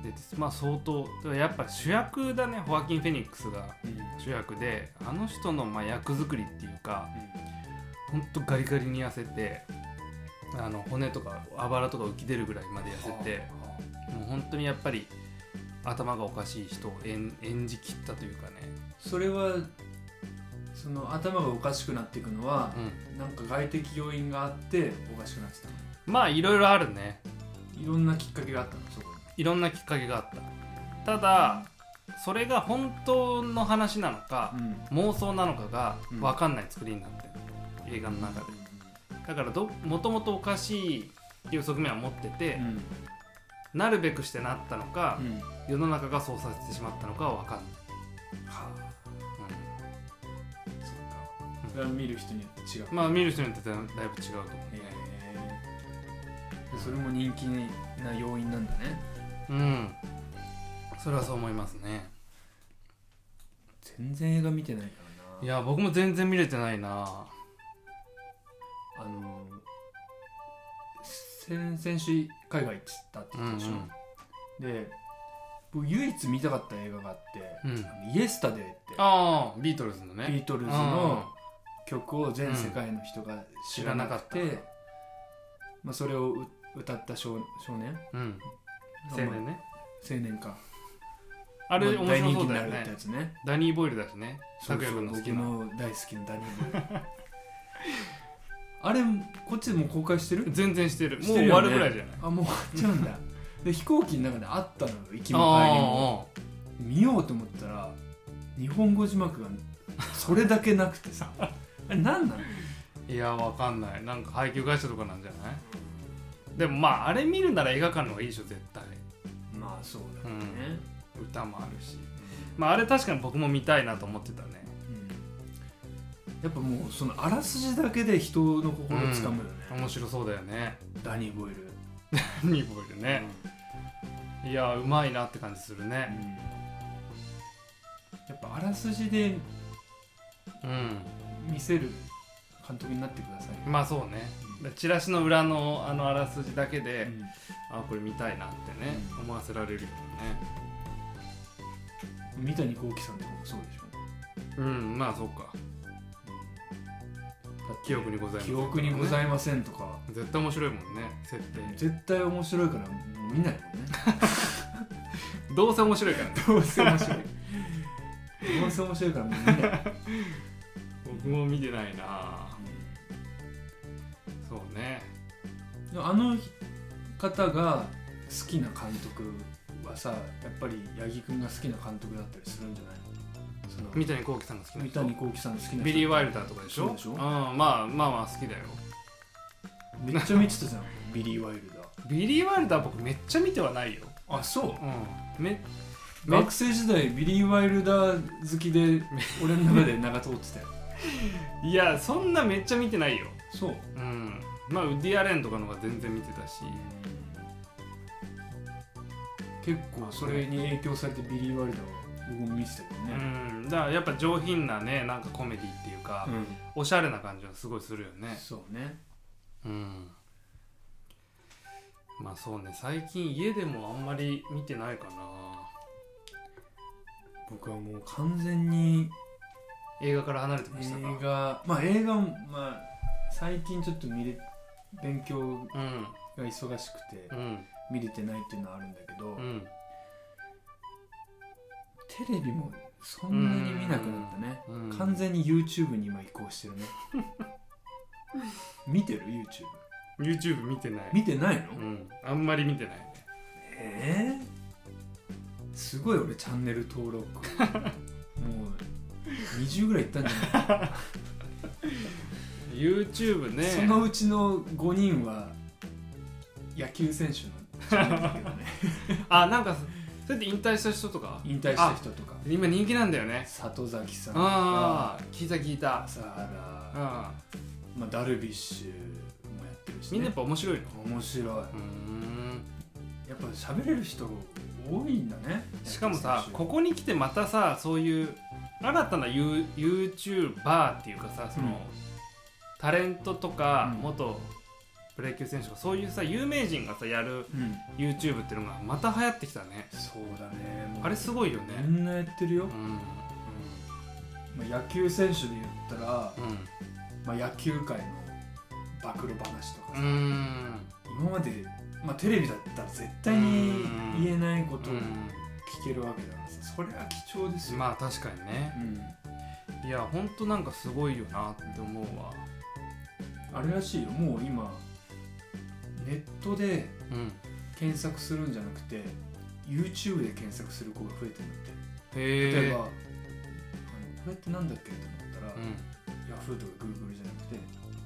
[SPEAKER 1] 出てまあ相当だからやっぱ主役だねホアキン・フェニックスが
[SPEAKER 2] うん
[SPEAKER 1] 主役であの人のまあ役作りっていうかほんとガリガリに痩せてあの骨とかあばらとか浮き出るぐらいまで痩せて、もう本当にやっぱり頭がおかしい人を演演じきったというかね、
[SPEAKER 2] それはその頭がおかしくなっていくのは
[SPEAKER 1] う、ん、
[SPEAKER 2] なんか外的要因があっておかしくなってたの
[SPEAKER 1] まあいろいろあるね
[SPEAKER 2] いろんなきっかけがあったのそこ
[SPEAKER 1] いろんなきっかけがあったただそれが本当の話なのか、
[SPEAKER 2] に、
[SPEAKER 1] 妄想なのかが
[SPEAKER 2] うん
[SPEAKER 1] 分かんない作りになってる映画の中でだからどもともとおかしいっていう側面は持ってて、
[SPEAKER 2] うん
[SPEAKER 1] なるべくしてなったのか
[SPEAKER 2] う、ん
[SPEAKER 1] 世の中がそうさせてしまったのかは分かんない、
[SPEAKER 2] はあ
[SPEAKER 1] う
[SPEAKER 2] そっか
[SPEAKER 1] ん
[SPEAKER 2] それは見る人によって違う
[SPEAKER 1] うんまあ見る人によってだいぶ違うと思うね
[SPEAKER 2] へえそれも人気な要因なんだね
[SPEAKER 1] うんそれはそう思いますね
[SPEAKER 2] 全然映画見てないからない
[SPEAKER 1] や僕も全然見れてないな
[SPEAKER 2] あの先先週海外行ってたって
[SPEAKER 1] うん
[SPEAKER 2] 言っ
[SPEAKER 1] う
[SPEAKER 2] たでしょ、
[SPEAKER 1] ん
[SPEAKER 2] で僕唯一見たかった映画があって
[SPEAKER 1] うん
[SPEAKER 2] 「イエスタデー」って
[SPEAKER 1] ああビートルズのね
[SPEAKER 2] ビートルズの曲を全世界の人が知らなくて、
[SPEAKER 1] うん知らなかっ
[SPEAKER 2] まあ、それをう歌った少少年
[SPEAKER 1] うんうん青年ね
[SPEAKER 2] 青年か
[SPEAKER 1] あれ面
[SPEAKER 2] 大
[SPEAKER 1] 白
[SPEAKER 2] 人気
[SPEAKER 1] そうだ
[SPEAKER 2] にな
[SPEAKER 1] よ
[SPEAKER 2] るって
[SPEAKER 1] ね
[SPEAKER 2] やつね
[SPEAKER 1] ダニー・ボイルだしね
[SPEAKER 2] そう
[SPEAKER 1] 拓
[SPEAKER 2] そ
[SPEAKER 1] 哉
[SPEAKER 2] う
[SPEAKER 1] 君の好
[SPEAKER 2] 僕
[SPEAKER 1] きな
[SPEAKER 2] の大好きなダニーボイル *laughs* あれこっちでもう公開してる
[SPEAKER 1] 全然してるも
[SPEAKER 2] し
[SPEAKER 1] う
[SPEAKER 2] て
[SPEAKER 1] 終
[SPEAKER 2] るよ
[SPEAKER 1] わ
[SPEAKER 2] ね
[SPEAKER 1] るぐらいじゃない
[SPEAKER 2] あもう終わっちゃ *laughs* うんだで飛行機の中であったのよ行きも帰りも
[SPEAKER 1] あ
[SPEAKER 2] 見ようと思ったら日本語字幕がそれだけなくて *laughs* さあれ何なの
[SPEAKER 1] ーいやわかんないなんか配給会社とかなんじゃないでもまああれ見るなら映画館の方がいいでしょ絶対
[SPEAKER 2] まあそうだね、
[SPEAKER 1] 歌もあるしまああれ確かに僕も見たいなと思ってたね
[SPEAKER 2] やっぱもうそのあらすじだけで人の心をつかむよね、
[SPEAKER 1] 面白そうだよね *laughs*
[SPEAKER 2] ダニー・ボイル、
[SPEAKER 1] ダニー・ボイルねいやうまいなって感じする
[SPEAKER 2] うん
[SPEAKER 1] ね
[SPEAKER 2] やっぱあらすじで
[SPEAKER 1] うん
[SPEAKER 2] 見せる監督になってくださいよ、
[SPEAKER 1] まあそうねチラシの裏のあのあらすじだけで、あこれ見たいなってね、思わせられるよね
[SPEAKER 2] うん三谷幸喜さんとかもそうでしょ
[SPEAKER 1] うんまあそうか
[SPEAKER 2] だって
[SPEAKER 1] 記憶にございません
[SPEAKER 2] 記憶にございませんとか、
[SPEAKER 1] 絶対面白いもんね設定
[SPEAKER 2] 絶対面白いからもう見ないもんね
[SPEAKER 1] *laughs* どうせ面白いからね
[SPEAKER 2] どうせ面白いどうせ面白いからもう見ない、
[SPEAKER 1] 僕も見てないなそうね
[SPEAKER 2] でもあの方が好きな監督はさやっぱり八木君が好きな監督だったりするんじゃないその
[SPEAKER 1] 三谷幸喜さんが好きな
[SPEAKER 2] 三
[SPEAKER 1] 人
[SPEAKER 2] 谷幸喜さんの好きな人
[SPEAKER 1] ビリー・ワイルダーとかでしょ
[SPEAKER 2] そうでしょ
[SPEAKER 1] ん、まあまあまあ好きだよ
[SPEAKER 2] めっちゃ見てたじゃんビリー・ワイルダ
[SPEAKER 1] ビリー・ワイルダー僕めっちゃ見てはないよ
[SPEAKER 2] ーあそう
[SPEAKER 1] うんめめ
[SPEAKER 2] 学生時代ビリー・ワイルダー好きで俺の中で名が通ってたよ
[SPEAKER 1] いやそんなめっちゃ見てないよ
[SPEAKER 2] そう
[SPEAKER 1] うんまあウッディ・アレンとかの方が全然見てたし
[SPEAKER 2] 結構それに影響されてビリー・ワイルダーを僕も見てたけど
[SPEAKER 1] う
[SPEAKER 2] ね、
[SPEAKER 1] んだからやっぱ上品なねなんかコメディっていうか、おしゃれな感じはすごいするよね
[SPEAKER 2] そうね
[SPEAKER 1] うんまあそうね最近家でもあんまり見てないかな
[SPEAKER 2] 僕はもう完全に
[SPEAKER 1] 映画から離れてましたか
[SPEAKER 2] 映画まあ映画もまあ最近ちょっと見れ勉強
[SPEAKER 1] うん
[SPEAKER 2] が忙しくて
[SPEAKER 1] うん
[SPEAKER 2] 見れてないっていうのはあるんだけど、
[SPEAKER 1] うん
[SPEAKER 2] テレビもそんなに見なくなったね、
[SPEAKER 1] うん
[SPEAKER 2] 完全に YouTube に今移行して
[SPEAKER 1] *laughs*
[SPEAKER 2] るね見てる YouTube
[SPEAKER 1] YouTube 見てない
[SPEAKER 2] 見てないの、
[SPEAKER 1] うんあんまり見てないね
[SPEAKER 2] えー、すごい俺チャンネル登
[SPEAKER 1] *laughs*
[SPEAKER 2] 録もう20ぐらいいったんじゃない
[SPEAKER 1] YouTube ね
[SPEAKER 2] そのうちの5人は野球選手のチャンネルだけど
[SPEAKER 1] *laughs*
[SPEAKER 2] ね
[SPEAKER 1] あなんかそうやって引退した人とか
[SPEAKER 2] 引退した人とか
[SPEAKER 1] 今人気なんだよね
[SPEAKER 2] 里崎さんと
[SPEAKER 1] あ
[SPEAKER 2] か
[SPEAKER 1] あ聞いた聞いた
[SPEAKER 2] 朝原、
[SPEAKER 1] うん
[SPEAKER 2] まあ、ダルビッシュもやってるし、ね、
[SPEAKER 1] みんなやっぱ面白いの
[SPEAKER 2] 面白いやっ
[SPEAKER 1] うーん
[SPEAKER 2] ぱ喋れる人多いんだね
[SPEAKER 1] しかもさ
[SPEAKER 2] 野球選手
[SPEAKER 1] ここに来てまたさそういう新たなユー YouTuber っていうかさその、
[SPEAKER 2] うん
[SPEAKER 1] タレントとか、
[SPEAKER 2] うん
[SPEAKER 1] 元プロ野球選手とかそういうさ有名人がさやる
[SPEAKER 2] うん、
[SPEAKER 1] YouTube っていうのがまた流行ってきたね
[SPEAKER 2] そうだねもう
[SPEAKER 1] あれすごいよね
[SPEAKER 2] みんなやってるよ
[SPEAKER 1] う、ん
[SPEAKER 2] まあ、野球選手で言ったら、
[SPEAKER 1] うん
[SPEAKER 2] まあ、野球界の暴露話とか
[SPEAKER 1] う
[SPEAKER 2] さ、
[SPEAKER 1] ん
[SPEAKER 2] 今まで、まあ、テレビだったら絶対に言えないことを
[SPEAKER 1] う
[SPEAKER 2] 聞けるわけだからさそれは貴重です
[SPEAKER 1] ん
[SPEAKER 2] よ、
[SPEAKER 1] まあ確かにね
[SPEAKER 2] うん、
[SPEAKER 1] いやほんとなんかすごいよなって思うわ
[SPEAKER 2] あれらしいよもう今ネットで
[SPEAKER 1] うん
[SPEAKER 2] 検索するんじゃなくて YouTube で検索する子が増えてるんだって
[SPEAKER 1] へえ
[SPEAKER 2] 例えば、あのこれってなんだっけと思った
[SPEAKER 1] うん、
[SPEAKER 2] ら、ヤフーとか Google じゃなくて、
[SPEAKER 1] へ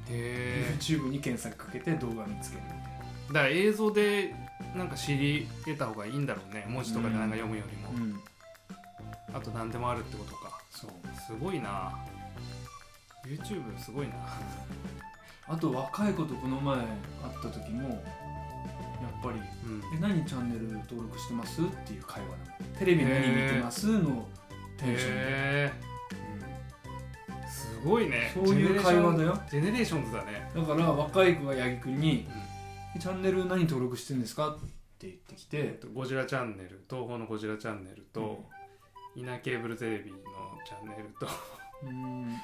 [SPEAKER 1] え
[SPEAKER 2] YouTube に検索かけて動画見つけるみたい
[SPEAKER 1] だから映像でなんか知り得た方がいいんだろうね文字とかでなんか読むよりも
[SPEAKER 2] な、、うん、
[SPEAKER 1] あと何でもあるってことか
[SPEAKER 2] そう
[SPEAKER 1] すごいな YouTube すごいな
[SPEAKER 2] あと若い子とこの前会った時もやっぱり「
[SPEAKER 1] うん
[SPEAKER 2] え何チャンネル登録してます?」っていう会話なのテレビ何見てますのテンションで、
[SPEAKER 1] へえすごいね
[SPEAKER 2] そういう会話だよ
[SPEAKER 1] ジェネレーションジェネレーションズだね
[SPEAKER 2] だから若い子が八木君に
[SPEAKER 1] うん
[SPEAKER 2] 「えチャンネル何登録してるんですか?」って言ってき
[SPEAKER 1] えってとゴジラチャンネル東宝のゴジラチャンネルと、イナケーブルテレビのチャンネル
[SPEAKER 2] *laughs*
[SPEAKER 1] と
[SPEAKER 2] うーん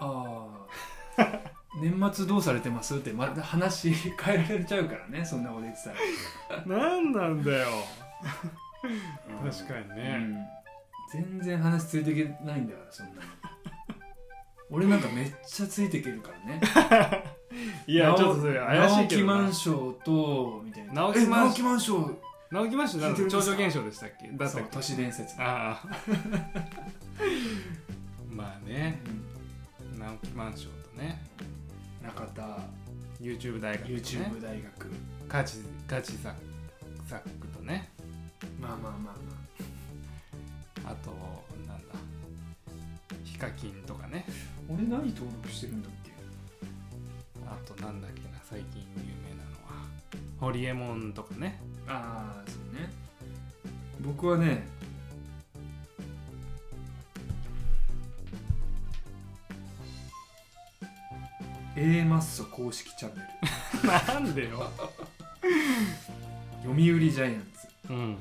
[SPEAKER 2] あ *laughs* ー年末どうされてますってまた話変えられちゃうからねそんなこと言ってたら
[SPEAKER 1] 何なんだよ
[SPEAKER 2] うん
[SPEAKER 1] 確かに
[SPEAKER 2] う
[SPEAKER 1] ね、
[SPEAKER 2] ん全然話ついていけないんだからそん
[SPEAKER 1] *laughs*
[SPEAKER 2] なに俺なんかめっちゃついていけるからね
[SPEAKER 1] いやちょっとそれ怪しいけど
[SPEAKER 2] 直木マ
[SPEAKER 1] な
[SPEAKER 2] ンションとみたいな
[SPEAKER 1] 直木マン
[SPEAKER 2] え直木マンション
[SPEAKER 1] 直木マンションなん
[SPEAKER 2] *laughs* 聞いてるん
[SPEAKER 1] だ
[SPEAKER 2] です
[SPEAKER 1] 超
[SPEAKER 2] か
[SPEAKER 1] 常現象でしたっけだった
[SPEAKER 2] そ
[SPEAKER 1] っ
[SPEAKER 2] う
[SPEAKER 1] け
[SPEAKER 2] 都市伝説
[SPEAKER 1] あ *laughs* あまあね
[SPEAKER 2] うん
[SPEAKER 1] 直木マンションとね
[SPEAKER 2] 中田
[SPEAKER 1] YouTube 大学とね
[SPEAKER 2] YouTube 大学
[SPEAKER 1] カチカチサックサックとね
[SPEAKER 2] まあまあまあま
[SPEAKER 1] あとなんだヒカキンとかね
[SPEAKER 2] あ俺何登録してるんだっけ
[SPEAKER 1] あとなんだっけな最近有名なのはホリエモンとかね *laughs*
[SPEAKER 2] ああそうね僕はね「A マッソ公式チャンネル」
[SPEAKER 1] なんでよ
[SPEAKER 2] 「読売ジャイアンツ」
[SPEAKER 1] うん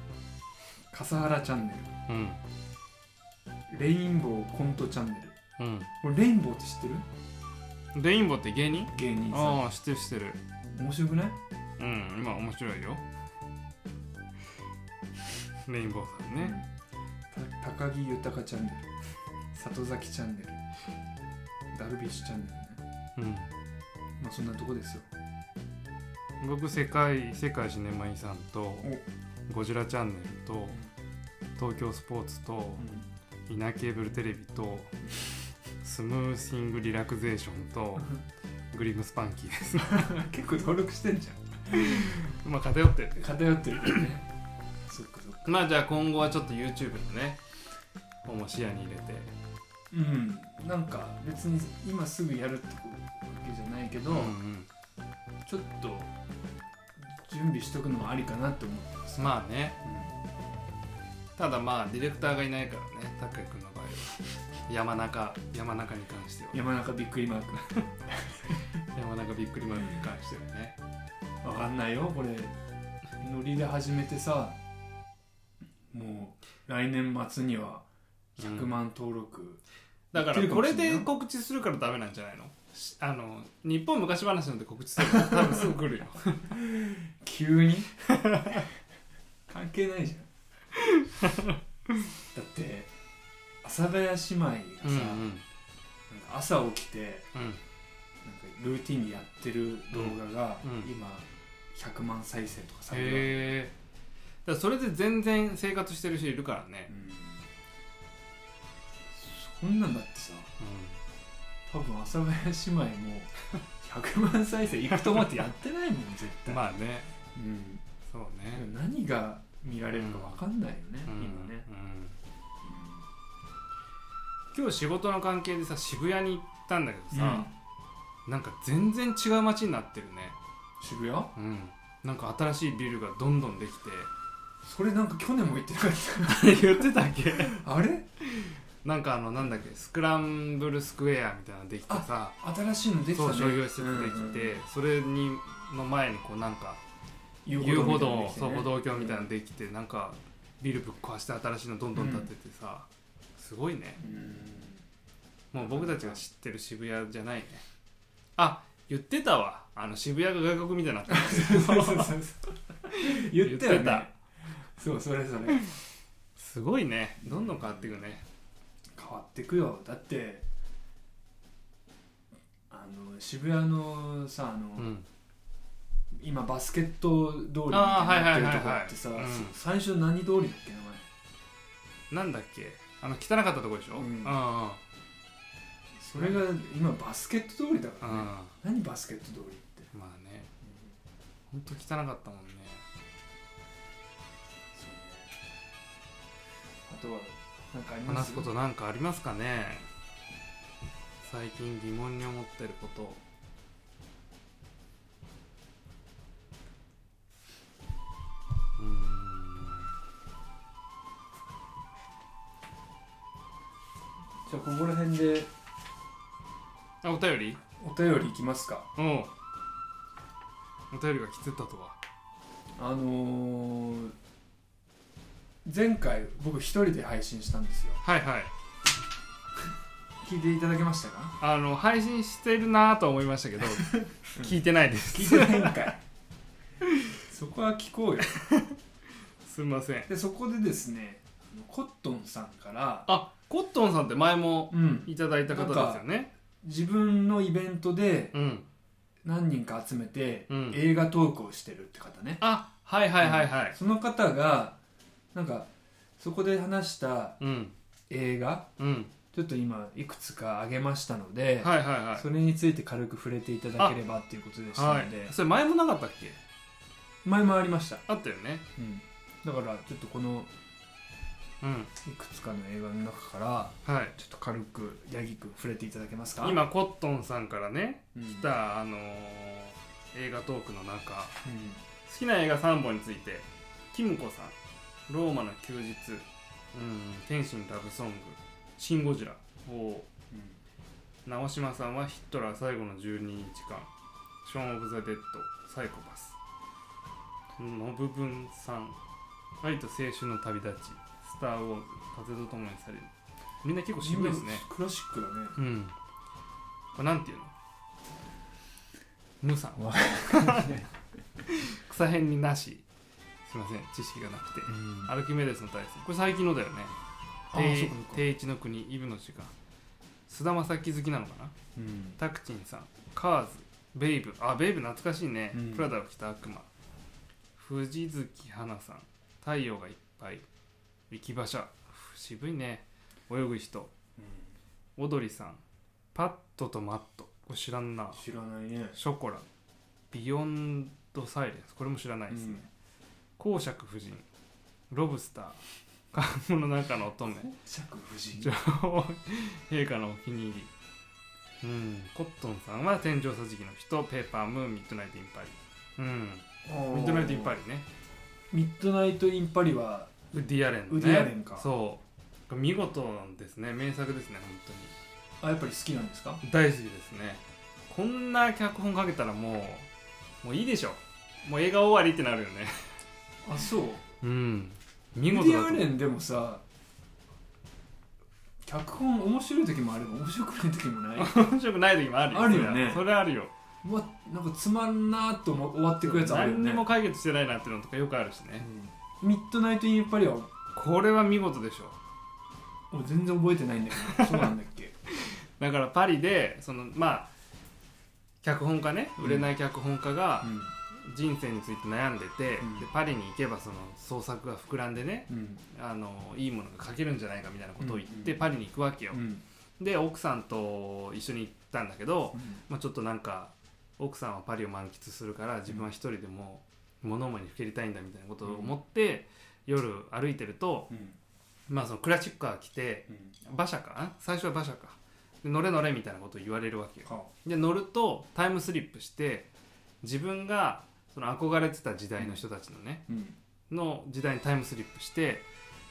[SPEAKER 2] 「笠原チャンネ
[SPEAKER 1] うん
[SPEAKER 2] ル」「レインボーコントチャンネル
[SPEAKER 1] うん」
[SPEAKER 2] これレインボーって知ってる
[SPEAKER 1] レインボーって芸人
[SPEAKER 2] 芸人さ
[SPEAKER 1] ああ知ってる知ってる
[SPEAKER 2] ん面白くない
[SPEAKER 1] うん今面白いよレインボーさんね、
[SPEAKER 2] うんた高木豊チャンネル里崎チャンネルダルビッシュチャンネルね
[SPEAKER 1] う
[SPEAKER 2] まあそんなとこですよ
[SPEAKER 1] ん、僕世界世界シネマ遺産とゴジラチャンネルと東京スポーツとイナケーブルテレビとスムーシングリラクゼーションとグリムスパンキーです *laughs*
[SPEAKER 2] 結構登録してんじゃん
[SPEAKER 1] まあ偏ってる
[SPEAKER 2] 偏ってるからねそっかそっか
[SPEAKER 1] まあじゃあ今後はちょっと YouTube のね方も視野に入れて
[SPEAKER 2] うんなんか別に今すぐやるってわけじゃないけど、
[SPEAKER 1] うんうん
[SPEAKER 2] ちょっと準備しとくのもありかなって思ってます、
[SPEAKER 1] まあねただまあディレクターがいないからね拓也君の場合は山中山中に関しては
[SPEAKER 2] 山中びっくりマーク *laughs*
[SPEAKER 1] 山中びっくりマンに関してはね
[SPEAKER 2] わかんないよこれノリで始めてさもう来年末には100万登録、
[SPEAKER 1] だからこれで告知するからダメなんじゃないのしあの日本昔話なんて告知するから多 *laughs* 分すぐ来るよ
[SPEAKER 2] 急に関係ないじゃんだって阿佐ヶ谷姉妹がさ、
[SPEAKER 1] うんうん
[SPEAKER 2] なんか朝起きて
[SPEAKER 1] うん
[SPEAKER 2] なんかルーティンでやってる動画が
[SPEAKER 1] うんうん
[SPEAKER 2] 今100万再生とかされるわけ、
[SPEAKER 1] へえだからそれで全然生活してる人いるからね、
[SPEAKER 2] うん、そんなんだってさ多分阿佐ヶ谷姉
[SPEAKER 1] *laughs*
[SPEAKER 2] 妹も100万再生いくと思ってやってないもん絶
[SPEAKER 1] う
[SPEAKER 2] 対、
[SPEAKER 1] ん、 *laughs* まあね
[SPEAKER 2] うん、
[SPEAKER 1] そうね
[SPEAKER 2] 何が見られるか分かんないよね、
[SPEAKER 1] うん
[SPEAKER 2] 今ね、
[SPEAKER 1] うん今日仕事の関係でさ渋谷に行ったんだけどさ、なんか全然違う街になってるね
[SPEAKER 2] 渋谷
[SPEAKER 1] うんなんか新しいビルがどんどんでき
[SPEAKER 2] それなんか去年も言ってなかって
[SPEAKER 1] *laughs* 言ってたっけ
[SPEAKER 2] た *laughs* あれ
[SPEAKER 1] なんかあのなんだっけスクランブルスクエアみたいなのできてさ
[SPEAKER 2] 新しいのできた
[SPEAKER 1] そう
[SPEAKER 2] ね
[SPEAKER 1] 商業施設できて、それにの前にこうなんか遊歩道そう歩道橋みたいなのできて、なんかビルぶっ壊して新しいのどんどん建ててさ、すごいねもう僕たちが知ってる渋谷じゃないねあ言ってたわあの渋谷が外国みたいになってる
[SPEAKER 2] そうそうそうそう言ってた,、
[SPEAKER 1] *laughs* 言ってた
[SPEAKER 2] そうそれそれ変
[SPEAKER 1] すごいねどんどん変わっていくね
[SPEAKER 2] わってくよだってあの渋谷のさあの、
[SPEAKER 1] うん
[SPEAKER 2] 今バスケット通りみたいになってるとこってさ、
[SPEAKER 1] あーはいはいはいはいうん
[SPEAKER 2] 最初何通りだっけ名前
[SPEAKER 1] なんだっけあの汚かったとこでしょ
[SPEAKER 2] うん
[SPEAKER 1] うんうん
[SPEAKER 2] それが今バスケット通りだか
[SPEAKER 1] う
[SPEAKER 2] らね、
[SPEAKER 1] ん
[SPEAKER 2] 何バスケット通りって
[SPEAKER 1] まあねほんと汚かったもんね
[SPEAKER 2] そうねあとはなんかありま
[SPEAKER 1] 話
[SPEAKER 2] す
[SPEAKER 1] すことなんかありますかね最近疑問に思ってることうーん
[SPEAKER 2] じゃあここら辺で
[SPEAKER 1] あお便り
[SPEAKER 2] お便りいきますか
[SPEAKER 1] うんお便りが来てたとは
[SPEAKER 2] あのー、前回僕一人で配信したんですよ
[SPEAKER 1] はいはい
[SPEAKER 2] 聞いていただけました
[SPEAKER 1] *laughs*
[SPEAKER 2] か
[SPEAKER 1] あの配信してるなぁとは思いましたけ *laughs* ど聞いてないです
[SPEAKER 2] 聞いてないんかいそこは聞こうよ
[SPEAKER 1] すみません
[SPEAKER 2] でそこでですねあのコットンさんから、
[SPEAKER 1] あコットンさんって前も
[SPEAKER 2] うん、
[SPEAKER 1] いただいた方ですよね
[SPEAKER 2] 自分のイベントで
[SPEAKER 1] うん
[SPEAKER 2] 何人か集めて
[SPEAKER 1] うん
[SPEAKER 2] 映画トークをしてるって方ね、
[SPEAKER 1] あはいはいはいはい
[SPEAKER 2] その方がなんかそこで話した
[SPEAKER 1] うん
[SPEAKER 2] 映画
[SPEAKER 1] うん
[SPEAKER 2] ちょっと今いくつか挙げましたので、
[SPEAKER 1] はいはいは
[SPEAKER 2] それについて軽く触れていただければっていうことで
[SPEAKER 1] い
[SPEAKER 2] したの
[SPEAKER 1] は
[SPEAKER 2] で、
[SPEAKER 1] いそれ前もなかったっけ
[SPEAKER 2] 前もありました、
[SPEAKER 1] あったよね
[SPEAKER 2] うん、だからちょっとこの
[SPEAKER 1] うん
[SPEAKER 2] いくつかの映画の中から
[SPEAKER 1] はい
[SPEAKER 2] ちょっと軽く八木君触れていただけますか
[SPEAKER 1] 今コットンさんからね
[SPEAKER 2] うん
[SPEAKER 1] 来たあのー映画トークの中好
[SPEAKER 2] うん
[SPEAKER 1] きな映画3本についてキムコさん「ローマの休日」うん「天使のラブソング」「シン・ゴジラ」を直島さんはヒットラー最後の12日間ショーン・オブ・ザ・デッドサイコパスの部分さん愛と青春の旅立ちスター・ウォーズ風と共に去れるみんな結構渋いですね
[SPEAKER 2] クラシックだね
[SPEAKER 1] うんこれなんていうのムさん
[SPEAKER 2] わ
[SPEAKER 1] 草編になしすいません知識がなくてアルキメデスの体制これ最近のだよね
[SPEAKER 2] あーそ
[SPEAKER 1] 定
[SPEAKER 2] うかそうか
[SPEAKER 1] 定一の国イブの時間菅田将暉好きなのかな
[SPEAKER 2] うん
[SPEAKER 1] タクチンさんカーズベイブあベイブ懐かしいね、
[SPEAKER 2] うん
[SPEAKER 1] プラダを着た悪魔藤月花さん太陽がいっぱい行き馬車渋いね泳ぐ人踊りさんパッドとマットこれ知らんな
[SPEAKER 2] 知らないね
[SPEAKER 1] ショコラビヨンドサイレンスこれも知らないですね、公爵夫人ロブスターカンの中の乙女
[SPEAKER 2] 釈夫人
[SPEAKER 1] 女王陛下のお気に入りうんコットンさんは天井桟敷の人ペーパームーンミッドナイトインパリうんミッドナイトインパ
[SPEAKER 2] リ
[SPEAKER 1] リね
[SPEAKER 2] ミッドナイトインパリは
[SPEAKER 1] ウッディアレンのね
[SPEAKER 2] ウッディアレンか
[SPEAKER 1] そう見事なんですね名作ですね本当に
[SPEAKER 2] あやっぱり好きなんですか
[SPEAKER 1] 大好きですねこんな脚本かけたらもうもういいでしょもう映画終わりってなるよね
[SPEAKER 2] あそう
[SPEAKER 1] うん
[SPEAKER 2] ウ
[SPEAKER 1] 見
[SPEAKER 2] ッ
[SPEAKER 1] 事
[SPEAKER 2] デ
[SPEAKER 1] だ
[SPEAKER 2] ィ
[SPEAKER 1] と
[SPEAKER 2] ア
[SPEAKER 1] 思
[SPEAKER 2] レ
[SPEAKER 1] う
[SPEAKER 2] ンでもさ脚本面白い時もあれば面白くない時もない
[SPEAKER 1] 面白くない時もある
[SPEAKER 2] あるよね
[SPEAKER 1] それはそれはあるよ
[SPEAKER 2] うわなんかつまんなーって思終わってくやつあるよ
[SPEAKER 1] 何に
[SPEAKER 2] ね
[SPEAKER 1] も解決してないなっていうのとかよくあるしね
[SPEAKER 2] うんミッドナイトインパリは
[SPEAKER 1] これは見事でしょ
[SPEAKER 2] 俺全然覚えてないんだけどそうなんだっけ
[SPEAKER 1] だからパリでそのまあ脚本家ね
[SPEAKER 2] うん
[SPEAKER 1] 売れない脚本家が
[SPEAKER 2] うん
[SPEAKER 1] 人生について悩んでて、
[SPEAKER 2] うん
[SPEAKER 1] でパリに行けばその創作が膨らんでね
[SPEAKER 2] うん
[SPEAKER 1] あのいいものが書けるんじゃないかみたいなことを言っ
[SPEAKER 2] うん
[SPEAKER 1] て
[SPEAKER 2] うん
[SPEAKER 1] パリに行くわけよ、
[SPEAKER 2] うん
[SPEAKER 1] で奥さんと一緒に行ったんだけど、まあ、ちょっとなんか奥さんはパリを満喫するから自分は一人でも物思いにふけりたいんだみたいなことを思って、夜歩いてると、
[SPEAKER 2] うん
[SPEAKER 1] まあ、そのクラシックカー来て
[SPEAKER 2] うん
[SPEAKER 1] 馬車かな最初は馬車かで乗れ乗れみたいなことを言われるわけよ
[SPEAKER 2] は
[SPEAKER 1] で乗るとタイムスリップして自分がその憧れてた時代の人たちのね、
[SPEAKER 2] うん
[SPEAKER 1] の時代にタイムスリップして